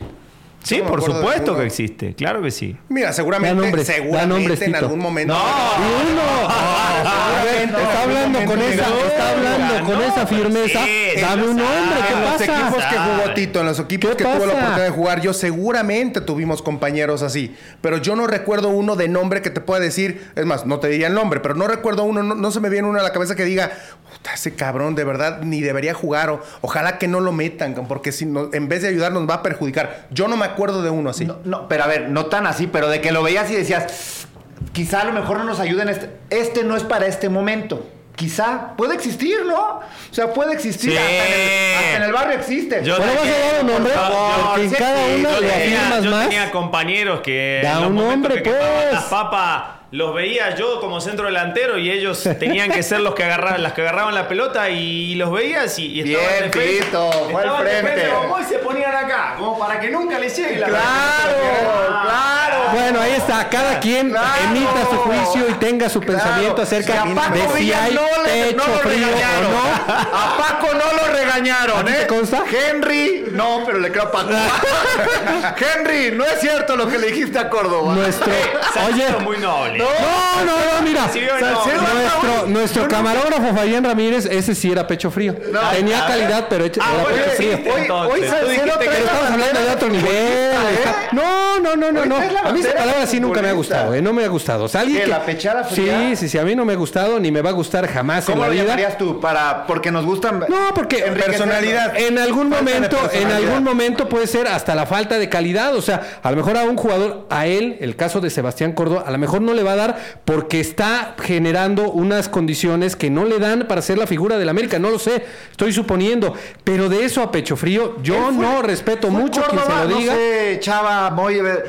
S2: Sí,
S3: Yo no me
S2: por
S3: acuerdo de
S2: supuesto
S3: alguno.
S2: que existe, claro que sí.
S3: Mira, seguramente,
S1: Da nombres, da
S3: seguramente
S1: nombres,
S3: en
S1: Tito.
S3: algún momento.
S1: Y uno. A ver,
S3: no,
S1: está hablando con
S3: no,
S1: esa,
S3: no,
S1: está hablando
S2: no,
S1: con esa
S2: pero
S1: firmeza.
S2: sí,
S1: Dame un nombre,
S2: sabe,
S1: ¿qué
S3: en los
S1: pasa?
S3: equipos que jugó
S2: Sabe.
S3: Tito, en los equipos
S1: ¿Qué
S3: que tuvo la
S1: pasa?
S3: oportunidad de jugar, yo seguramente tuvimos compañeros así, pero yo no recuerdo uno de nombre que te pueda decir, es más, no te diría el nombre, pero no recuerdo uno, no, no se me viene uno a la cabeza que diga, "Puta, ese cabrón de verdad ni debería jugar o ojalá que no lo metan, porque si no- en vez de ayudarnos va a perjudicar. Yo no me acuerdo de uno así.
S5: No, pero a ver, no tan así, pero de que lo veías y decías, quizá a lo mejor no nos ayuden, este, este no es para este momento. Quizá puede existir, ¿no? O sea, puede existir.
S2: Sí.
S5: Hasta, en el, hasta en el barrio existe.
S2: Yo
S1: Bueno,
S2: te-
S1: vas a dar un nombre
S5: Por favor,
S1: porque en
S5: sí,
S1: cada
S5: sí,
S1: una
S5: yo
S1: le
S5: tenía-
S1: afirmas
S2: yo
S1: más.
S2: tenía compañeros que
S1: Da
S2: en los
S1: un
S2: momentos
S1: nombre,
S2: que quemaban
S1: pues.
S2: las papas los veía yo como centro delantero y ellos tenían que ser los que agarraban las que agarraban la pelota y los veías y, y
S5: Bien,
S2: estaban defensa-
S5: Tito, fue al
S2: estaban defensa
S5: frente.
S2: como y se ponían acá como para que nunca les llegue la
S5: Claro, claro.
S1: Bueno, ahí está. Cada quien
S5: Claro.
S1: emita su juicio y tenga su
S5: Claro.
S1: pensamiento
S5: Si
S1: acerca
S5: a Paco
S1: de si
S5: Villa
S1: hay
S5: no le-
S1: pecho
S5: no lo
S1: frío
S5: regañaron.
S1: o no.
S5: A Paco no lo regañaron,
S1: ¿A ti
S5: ¿eh?
S1: te consta?
S5: Henry, no, pero le creo a Paco. Henry, no es cierto lo que le dijiste a Córdoba.
S1: Nuestro, oye,
S2: Oye, Ah, muy noble
S5: No.
S1: no, no, no, mira,
S2: Sí, o no.
S1: nuestro, nuestro camarógrafo Fabián Ramírez, ese sí era pecho frío.
S5: No,
S1: Tenía
S5: a ver.
S1: calidad, pero hecho-
S2: Ah,
S1: era
S2: bueno,
S1: pecho
S2: sí,
S1: frío.
S2: sí,
S5: Hoy, hoy
S2: Entonces, tú
S5: Salcedo
S2: dijiste
S5: trae
S1: Pero
S5: la
S1: estamos hablando de
S5: bandera ¿eh?
S1: otro nivel. está- No, no, no, no, no.
S5: Ahorita es la
S1: A mí esa
S5: bandera
S1: palabra sí nunca me ha
S5: futbolista.
S1: gustado, eh, No me ha gustado. O sea, alguien
S5: ¿Qué,
S1: que-
S5: la pechada fría?
S1: Sí, sí, sí. A mí no me ha gustado ni me va a gustar jamás en
S5: ¿Cómo
S1: la
S5: lo
S1: vida.
S5: llamarías tú? Para, porque nos gustan.
S1: No, porque
S5: Enriquecernos.
S3: personalidad.
S1: en algún
S3: Falta de
S1: momento, en
S3: personalidad.
S1: algún momento puede ser hasta la falta de calidad. O sea, a lo mejor a un jugador, a él, el caso de Sebastián Córdoba, a lo mejor no le va a a dar porque está generando unas condiciones que no le dan para ser la figura del América. No lo sé, estoy suponiendo. Pero de eso a pecho frío, yo
S5: Él fue-
S1: no respeto
S5: fue
S1: mucho quien
S5: Córdoba,
S1: se lo diga.
S5: No sé, Chava, Moy, eh,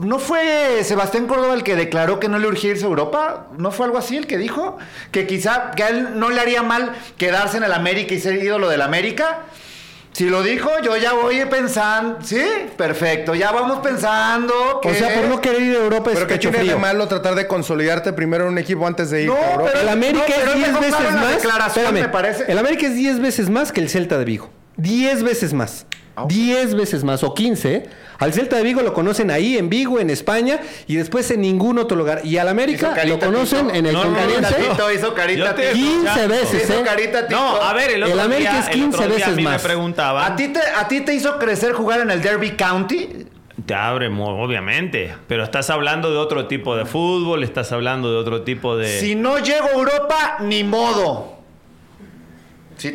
S5: ¿no fue Sebastián Córdoba el que declaró que no le urgía irse a Europa? ¿No fue algo así el que dijo? Que quizá que a él no le haría mal quedarse en el América y ser ídolo del América. Si lo dijo, yo ya voy pensando. Sí, perfecto, ya vamos pensando.
S1: O
S5: que-
S1: sea, por no querer ir a Europa es
S3: Pero que
S1: pecho
S3: Pues, tiene
S1: frío.
S3: de malo tratar de consolidarte primero en un equipo antes de ir.
S5: No,
S3: cabrón.
S5: pero-
S1: El América
S5: no, pero
S1: es
S5: él
S1: 10
S5: dejó claro
S1: veces
S5: en la
S1: más.
S5: declaración,
S1: espérame,
S5: me parece.
S1: El América es 10 veces más que el Celta de Vigo. 10 veces más. 10 veces más o 15. ¿eh? Al Celta de Vigo lo conocen ahí en Vigo, en España y después en ningún otro lugar. Y al América
S5: Hizo carita,
S1: lo conocen
S5: Tito.
S1: en el
S2: No, no, no,
S1: Concarense.
S5: Tito hizo
S2: Yo
S5: carita,
S2: te-
S5: Tito.
S1: 15 veces,
S5: Hizo
S1: ¿eh?
S5: carita, Tito.
S2: No, a ver, el otro
S1: El América
S2: día-
S1: es
S2: el otro
S1: 15
S2: día a
S1: veces
S2: mí
S1: más.
S2: me preguntaban.
S5: ¿A ti, te, ¿A ti te hizo crecer jugar en el Derby County?
S2: Te abre, mo- obviamente. Pero estás hablando de otro tipo de fútbol, estás hablando de otro tipo de.
S5: Si no llego a Europa, ni modo. Sí,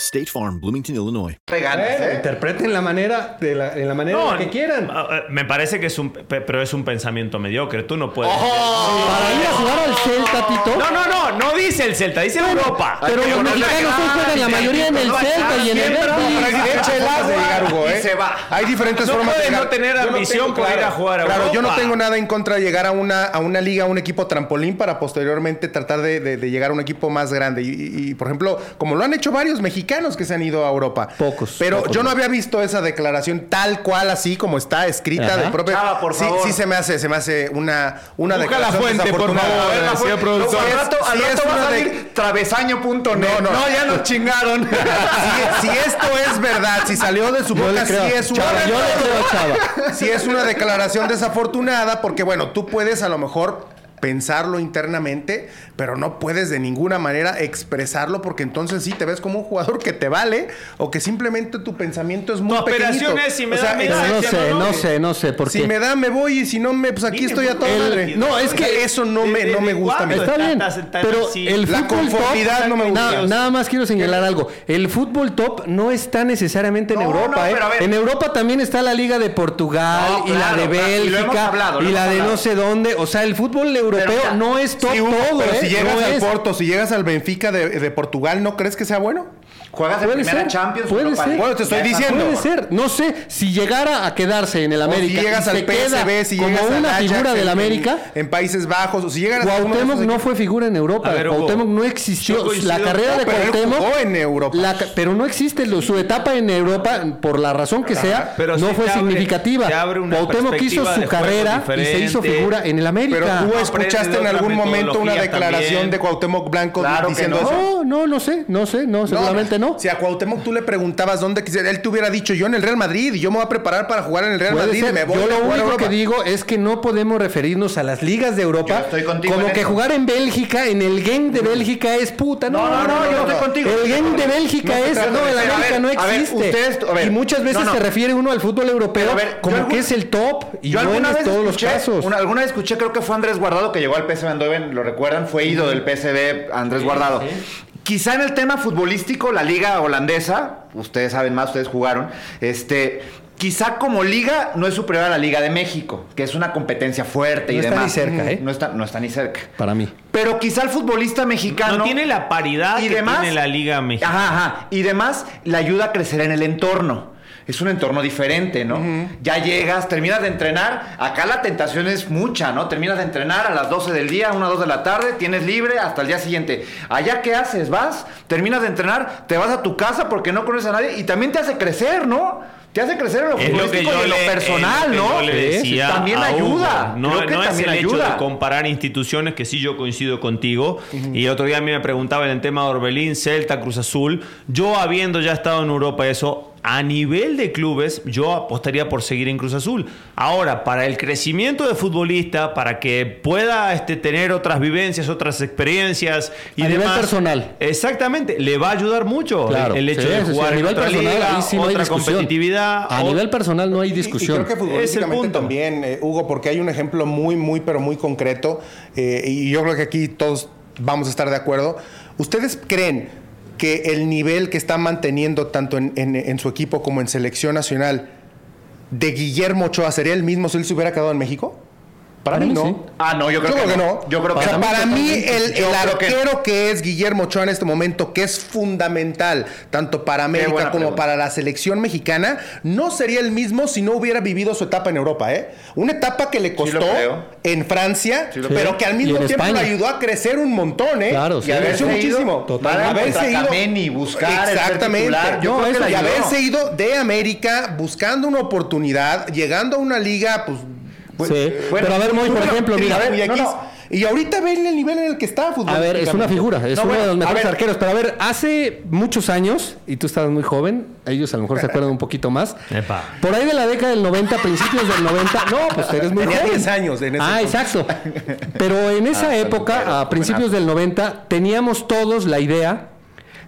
S7: State Farm, Bloomington, Illinois.
S5: regalas,
S1: Eh,
S5: ¿eh?
S1: Interpreten la manera de la, en la manera en la que quieran.
S2: ah, ah, Me parece que es un. pe- Pero es un pensamiento mediocre. Tú no puedes.
S1: Para ir a jugar al Celta, Tito.
S2: No, no, no. No dice el Celta, dice Europa.
S1: Pero los mexicanos hoy juegan la mayoría en el Celta y en el
S5: siempre,
S1: Derby.
S5: no,
S3: Echa el as de llegar, Hugo,
S5: Y
S3: ¿eh?
S5: se va.
S3: Hay diferentes
S2: No
S3: formas de
S2: puedes
S3: llegar.
S2: no tener
S3: Yo
S2: ambición
S3: tengo,
S2: para ir a jugar a
S3: Claro, yo no
S2: Europa.
S3: tengo nada en contra de llegar a una, a una liga, a un equipo trampolín para posteriormente tratar de, de- de llegar a un equipo más grande. Y, y- y, por ejemplo, como lo han hecho varios mexicanos que se han ido a Europa.
S1: Pocos,
S3: Pero
S1: pocos,
S3: yo no
S1: pocos.
S3: había visto esa declaración tal cual, así como está escrita del propio.
S5: Chava, por
S3: Sí,
S5: favor.
S3: Sí, se me hace, se me hace una, una
S2: Busca la fuente, por
S3: desafortunada.
S2: favor,
S3: A ver,
S2: eh,
S3: la
S2: señor
S3: fuente.
S2: productor.
S3: No,
S5: Al
S3: si es-
S5: rato, al
S3: si es
S5: rato va a
S3: una de-
S5: salir travesaño.net.
S3: No, no.
S5: ya nos chingaron.
S3: si, si esto es verdad, si salió de su
S1: Yo
S3: boca,
S1: le
S3: si
S1: creo,
S3: es una
S1: Chava, yo le creo, Chava.
S3: si es una declaración desafortunada, porque bueno, tú puedes a lo mejor pensarlo internamente, pero no puedes de ninguna manera expresarlo, porque entonces sí te ves como un jugador que te vale o que simplemente tu pensamiento es muy
S2: Tu operación
S3: pequeñito.
S2: es, si me
S3: O
S2: da
S3: sea,
S2: miedo,
S3: exacto.
S1: No
S2: Exacto,
S1: sé,
S2: no,
S1: no
S2: no.
S1: sé, no sé. Porque
S3: Si me da, me voy, y si no, me, pues aquí
S2: Mínimo,
S3: estoy a toda
S2: el-
S3: madre.
S1: no, es que-
S3: eso no me, no me gusta. a mí.
S2: ¿Cuándo?
S1: Está
S2: Está-
S1: bien,
S2: está- está
S1: pero
S2: así.
S1: el
S3: La
S1: fútbol
S3: conformidad
S1: top,
S3: no me gusta.
S1: Nada, nada más quiero señalar algo. El fútbol top no está necesariamente en
S5: No,
S1: Europa.
S5: no,
S1: ¿eh?
S5: pero a ver.
S1: En Europa también está la liga de Portugal
S5: No,
S1: y la
S5: claro,
S1: de
S5: claro, y lo hemos
S1: Bélgica
S5: hablado, lo
S1: y la
S5: hemos
S1: de no
S5: hablado.
S1: sé dónde. O sea, el fútbol europeo
S5: mira,
S1: no es top
S3: Sí, Hugo,
S1: todo.
S3: pero
S1: ¿eh?
S3: si llegas
S1: No
S3: al
S1: es.
S3: Porto, si llegas al Benfica de, de Portugal, ¿no crees que sea bueno?
S5: Juegas en
S1: Puede
S5: primera
S1: ser,
S5: Champions.
S1: puede
S5: Europa
S1: ser.
S5: League.
S3: Bueno, te estoy
S5: Ya estás
S3: diciendo.
S1: Puede
S5: mejor.
S1: ser, no sé, si llegara a quedarse en el
S3: O
S1: América
S3: si llegas
S1: y
S3: al
S1: se queda
S3: PSV, si
S1: como
S3: llegas al
S1: una
S3: Ajax
S1: figura
S3: en-
S1: del
S3: en-
S1: América,
S3: En, Países Bajos, o si llegas a alguno de
S1: Cuauhtémoc
S3: esos
S1: no
S3: equipos-
S1: fue figura en Europa.
S2: A ver, Hugo,
S1: Cuauhtémoc no
S2: yo
S1: existió.
S2: coincido-
S1: La carrera
S3: No,
S1: de
S3: pero él
S1: Cuauhtémoc.
S3: jugó en Europa.
S1: la ca- pero no existe lo- su etapa en Europa, por la razón que sea,
S2: pero
S1: no
S2: sí
S1: fue
S2: te abre-
S1: significativa.
S2: te abre una
S1: Cuauhtémoc hizo
S2: perspectiva
S1: su
S2: de juego
S1: carrera y se
S2: diferente.
S1: hizo figura en el
S3: Pero
S1: América.
S3: tú
S2: No,
S3: escuchaste
S2: aprende
S3: en
S2: de
S3: algún
S2: otras
S3: momento una
S2: metodologías
S3: declaración
S2: también.
S3: de Cuauhtémoc Blanco
S5: Claro que
S3: diciendo
S5: no.
S3: eso.
S1: no, no, no sé, no sé, no, seguramente no.
S3: Si a Cuauhtémoc tú le preguntabas dónde quisiera, él te hubiera dicho yo en el Real Madrid y yo me voy a preparar para jugar en el Real
S1: Puede
S3: Madrid
S1: ser.
S3: y me voy
S1: Yo
S3: a
S1: lo
S3: jugar a
S1: único que
S3: Europa.
S1: digo es que no podemos referirnos a las ligas de
S5: Yo
S1: Europa
S5: estoy contigo
S1: como
S5: en
S1: que
S5: eso.
S1: jugar en Bélgica, en el game de Bélgica es puta. No, no, no, yo
S5: no,
S1: estoy
S5: no.
S1: contigo. El game de Bélgica
S5: No,
S1: es
S5: espérate,
S1: no, el
S5: espérate, a
S1: América
S5: ver,
S1: no
S5: a ver,
S1: existe.
S5: ustedes- a ver,
S1: y muchas veces
S5: no, no.
S1: se refiere uno al fútbol europeo
S5: Pero, a ver, yo
S1: como
S5: algún-
S1: que es el top y
S5: Yo
S1: no en
S5: alguna vez
S1: todos
S5: escuché,
S1: los casos.
S5: una- alguna vez escuché, creo que fue Andrés Guardado que llegó al PSV Eindhoven, lo recuerdan, fue ido del PSV Andrés Guardado. Quizá en el tema futbolístico, la liga holandesa, ustedes saben más, ustedes jugaron, este, quizá como liga no es superior a la Liga de México, que es una competencia fuerte
S1: No
S5: y
S1: está
S5: demás. Mm,
S1: ni cerca, ¿eh?
S5: No está, no está ni cerca.
S1: Para mí.
S5: Pero quizá el futbolista mexicano
S2: No tiene la paridad que tiene la Liga Mexicana.
S5: Ajá, ajá. Y demás, le ayuda a crecer en el entorno. Es un entorno diferente, ¿no? Ya llegas, terminas de entrenar. Acá la tentación es mucha, ¿no? Terminas de entrenar a las 12 del día, 1 a 2 de la tarde, tienes libre hasta el día siguiente. Allá, ¿qué haces? Vas, terminas de entrenar, te vas a tu casa porque no conoces a nadie y también te hace crecer, ¿no? Te hace crecer en lo
S2: Es lo que
S5: futbolístico
S2: yo
S5: y en lo
S2: le-
S5: personal,
S2: es lo que
S5: ¿no?
S2: yo le decía
S5: también
S2: a Hugo.
S5: ayuda.
S2: No,
S5: Creo que
S2: no
S5: también
S2: es el
S5: ayuda.
S2: hecho de comparar instituciones que sí yo coincido contigo. Y el otro día a mí me preguntaban el tema de Orbelín, Celta, Cruz Azul. Yo habiendo ya estado en Europa eso, a nivel de clubes, yo apostaría por seguir en Cruz Azul. Ahora, para el crecimiento de futbolista, para que pueda este, tener otras vivencias, otras experiencias y
S1: A nivel
S2: demás,
S1: personal.
S2: Exactamente, le va a ayudar mucho
S1: Claro,
S2: el, el hecho
S1: sí, sí,
S2: de
S1: sí,
S2: jugar
S1: a
S2: en
S1: nivel
S2: otra
S1: personal,
S2: liga,
S1: ahí sí no hay
S2: otra
S1: discusión.
S2: competitividad.
S1: A
S2: ot-
S1: nivel personal no hay discusión.
S3: Y, creo que
S2: Es el
S3: futbolísticamente
S2: punto.
S3: también, eh, Hugo, porque hay un ejemplo muy, muy, pero muy concreto, eh, y yo creo que aquí todos vamos a estar de acuerdo. ¿Ustedes creen que el nivel que está manteniendo tanto en, en- en su equipo como en selección nacional de Guillermo Ochoa sería el mismo si él se hubiera quedado en México? Para,
S1: Para
S3: mí,
S1: mí
S3: no.
S1: sí.
S5: Ah, no, yo creo, que, no. Yo creo
S3: O
S5: que
S3: sea,
S5: no.
S3: para mí, el,
S5: Yo
S3: el
S5: creo que no.
S3: arquero que es Guillermo Ochoa en este momento, que es fundamental tanto para América
S5: buena
S3: como
S5: pregunta.
S3: para la selección mexicana, no sería el mismo si no hubiera vivido su etapa en Europa, ¿eh? Una etapa que le costó
S5: creo.
S3: en Francia,
S5: Sí lo
S3: pero
S5: creo.
S3: que al
S1: Y
S3: mismo
S1: en
S3: tiempo
S1: España.
S3: le ayudó a crecer un montón, ¿eh?
S1: Claro, sí.
S3: y haberse
S5: Haberse ido
S3: muchísimo.
S5: totalmente.
S3: Haberse
S5: Contra
S3: ido-
S5: Kameni, buscar el ser
S3: Exactamente.
S5: titular. Yo
S3: No,
S5: creo que
S3: eso,
S5: le
S3: y
S5: ayudó.
S3: haberse ido de América buscando una oportunidad, llegando a una liga, pues. pues,
S1: Sí.
S3: eh,
S1: Pero a ver, Moy, por ejemplo, mira,
S3: a ver, y,
S1: no,
S3: aquí-
S1: no.
S3: y ahorita ven el nivel en el que está fútbol.
S1: A ver, es una figura, es
S3: No,
S1: uno
S3: bueno,
S1: de los
S3: a
S1: mejores
S3: ver,
S1: arqueros. Pero a ver, hace muchos años, y tú estabas muy joven, ellos a lo mejor se acuerdan un poquito más.
S2: Epa.
S1: Por ahí de la década del 90, principios del 90, no, pues eres muy
S3: Tenía
S1: joven.
S3: 10 años en ese
S1: Ah,
S3: entonces.
S1: exacto. Pero en esa
S5: Ah, saludero,
S1: época, a
S5: jovenazo.
S1: principios del 90, teníamos todos la idea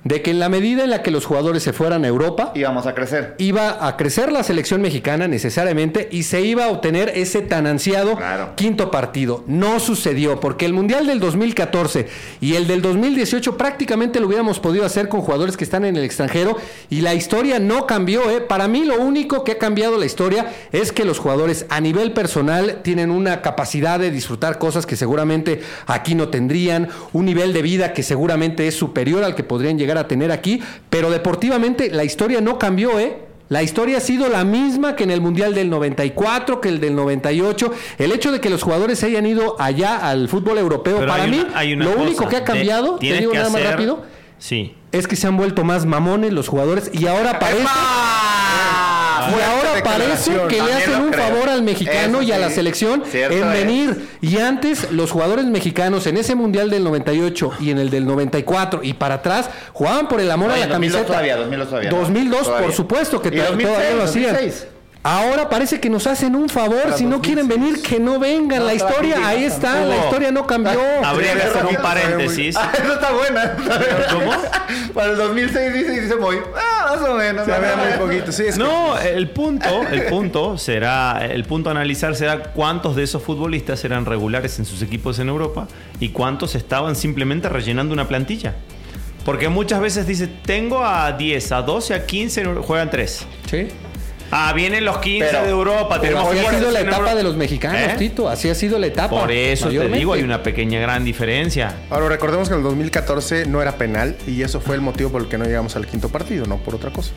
S1: de que en la medida en la que los jugadores se fueran a Europa,
S5: Íbamos a crecer.
S1: iba a crecer la selección mexicana necesariamente y se iba a obtener ese tan ansiado
S5: Claro.
S1: quinto partido. No sucedió porque el Mundial del 2014 y el del 2018 prácticamente lo hubiéramos podido hacer con jugadores que están en el extranjero y la historia no cambió. ¿eh? Para mí lo único que ha cambiado la historia es que los jugadores a nivel personal tienen una capacidad de disfrutar cosas que seguramente aquí no tendrían, un nivel de vida que seguramente es superior al que podrían llegar a tener aquí, pero deportivamente la historia no cambió, ¿eh? La historia ha sido la misma que en el Mundial del 94, que el del 98. El hecho de que los jugadores se hayan ido allá al fútbol europeo,
S2: Pero
S1: para
S2: hay
S1: mí,
S2: una- hay una
S1: lo
S2: cosa,
S1: único que ha
S2: de-
S1: cambiado, te
S2: tienes
S1: digo
S2: que
S1: nada más
S2: hacer-
S1: rápido,
S2: Sí.
S1: es que se han vuelto más mamones los jugadores y ahora parece...
S3: ah,
S1: Y ahora parece
S5: Ah, declaración.
S1: que le
S5: También
S1: hacen
S5: lo
S1: un
S5: creo.
S1: favor al mexicano
S5: Eso
S1: y a la
S5: sí.
S1: selección
S5: Cierto
S1: en
S5: es.
S1: venir. Y antes, los jugadores mexicanos en ese mundial del 98 y en el del 94 y para atrás jugaban por el amor
S5: No,
S1: a
S5: y
S1: la
S5: 2002
S1: camiseta.
S5: todavía, 2002 todavía, ¿no?
S1: 2002, por
S5: Todavía.
S1: supuesto que
S5: Y
S1: to-
S5: 2006,
S1: todavía lo hacían.
S5: 2006.
S1: Ahora parece que nos hacen un favor. si no quieren venir, que no vengan. la historia, ahí está. La historia no cambió.
S2: Habría que hacer un paréntesis.
S5: Ah, eso está buena. ¿Cómo? Para el 2006 dice, dice Moy. Ah, más o menos.
S3: Se vea
S5: más o
S3: muy
S5: menos.
S3: poquito. Sí, es que-
S2: No, el punto, el punto será, el punto a analizar será cuántos de esos futbolistas eran regulares en sus equipos en Europa y cuántos estaban simplemente rellenando una plantilla. Porque muchas veces dice, tengo a 10, a 12, a 15, en Euro- juegan 3.
S1: Sí.
S2: Ah, vienen los 15
S5: Pero-
S2: de Europa,
S1: Pero
S2: tenemos
S1: así ha
S2: fuerzas
S1: sido la
S2: en
S1: etapa
S2: Europa.
S1: de los mexicanos,
S2: ¿Eh?
S1: Tito. Así ha sido la etapa.
S2: Por eso te
S1: mayormente.
S2: digo, hay una pequeña gran diferencia.
S3: Ahora, recordemos que en el 2014 no era penal y eso fue el motivo por el que no llegamos al quinto partido, no por otra cosa.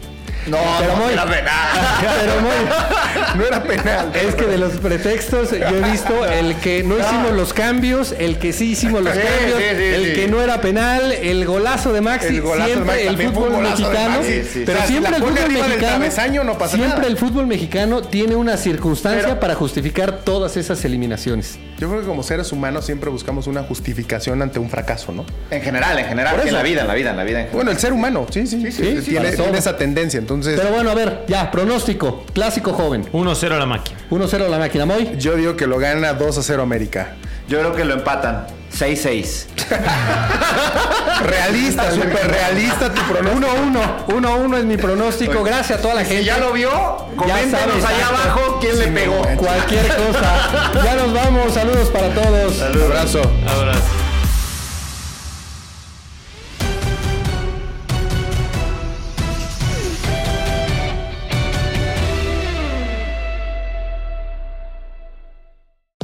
S5: No,
S1: Pero
S5: no,
S1: Moy-
S5: era penal.
S1: Pero muy-
S3: No era penal.
S1: Es que de los pretextos yo he visto el que no hicimos los cambios, el que sí hicimos los
S5: Sí,
S1: cambios,
S5: sí, sí,
S1: el
S5: sí.
S1: que no era penal, el golazo de Maxi,
S3: El golazo de
S1: siempre
S3: Maxi,
S1: el
S3: también fue un
S1: fútbol
S3: golazo de
S1: mexicano,
S3: Maxi, sí, sí.
S1: pero
S3: O sea, si
S1: siempre
S3: la
S1: el
S3: pone
S1: fútbol
S3: arriba del
S1: mexicano,
S3: travesaño, no pasa
S1: siempre
S3: nada.
S1: el fútbol mexicano tiene una circunstancia
S3: Pero-
S1: para justificar todas esas eliminaciones.
S3: Yo creo que como seres humanos siempre buscamos una justificación ante un fracaso, ¿no?
S5: En general, en general.
S3: Por
S5: que En
S3: eso.
S5: la vida, en la vida, en la vida. En
S3: Bueno,
S5: general.
S3: el ser humano, sí, sí,
S1: sí, sí,
S3: tiene,
S1: para todo.
S3: tiene esa tendencia, entonces...
S1: Pero bueno, a ver, ya, pronóstico, clásico joven,
S2: 1-0 la máquina.
S1: 1-0 la máquina, Moy.
S3: Yo digo que lo gana 2 a 0 América.
S5: Yo creo que lo empatan. 6-6.
S3: Realista, súper realista tu pronóstico.
S1: 1-1, 1-1 es mi pronóstico, gracias a toda la gente.
S5: Si ya lo vio,
S1: sabes,
S5: coméntenos allá
S1: exacto.
S5: abajo quién le pegó.
S1: Cualquier cosa. Ya nos vamos. Saludos para todos.
S3: Un abrazo.
S2: Abrazo.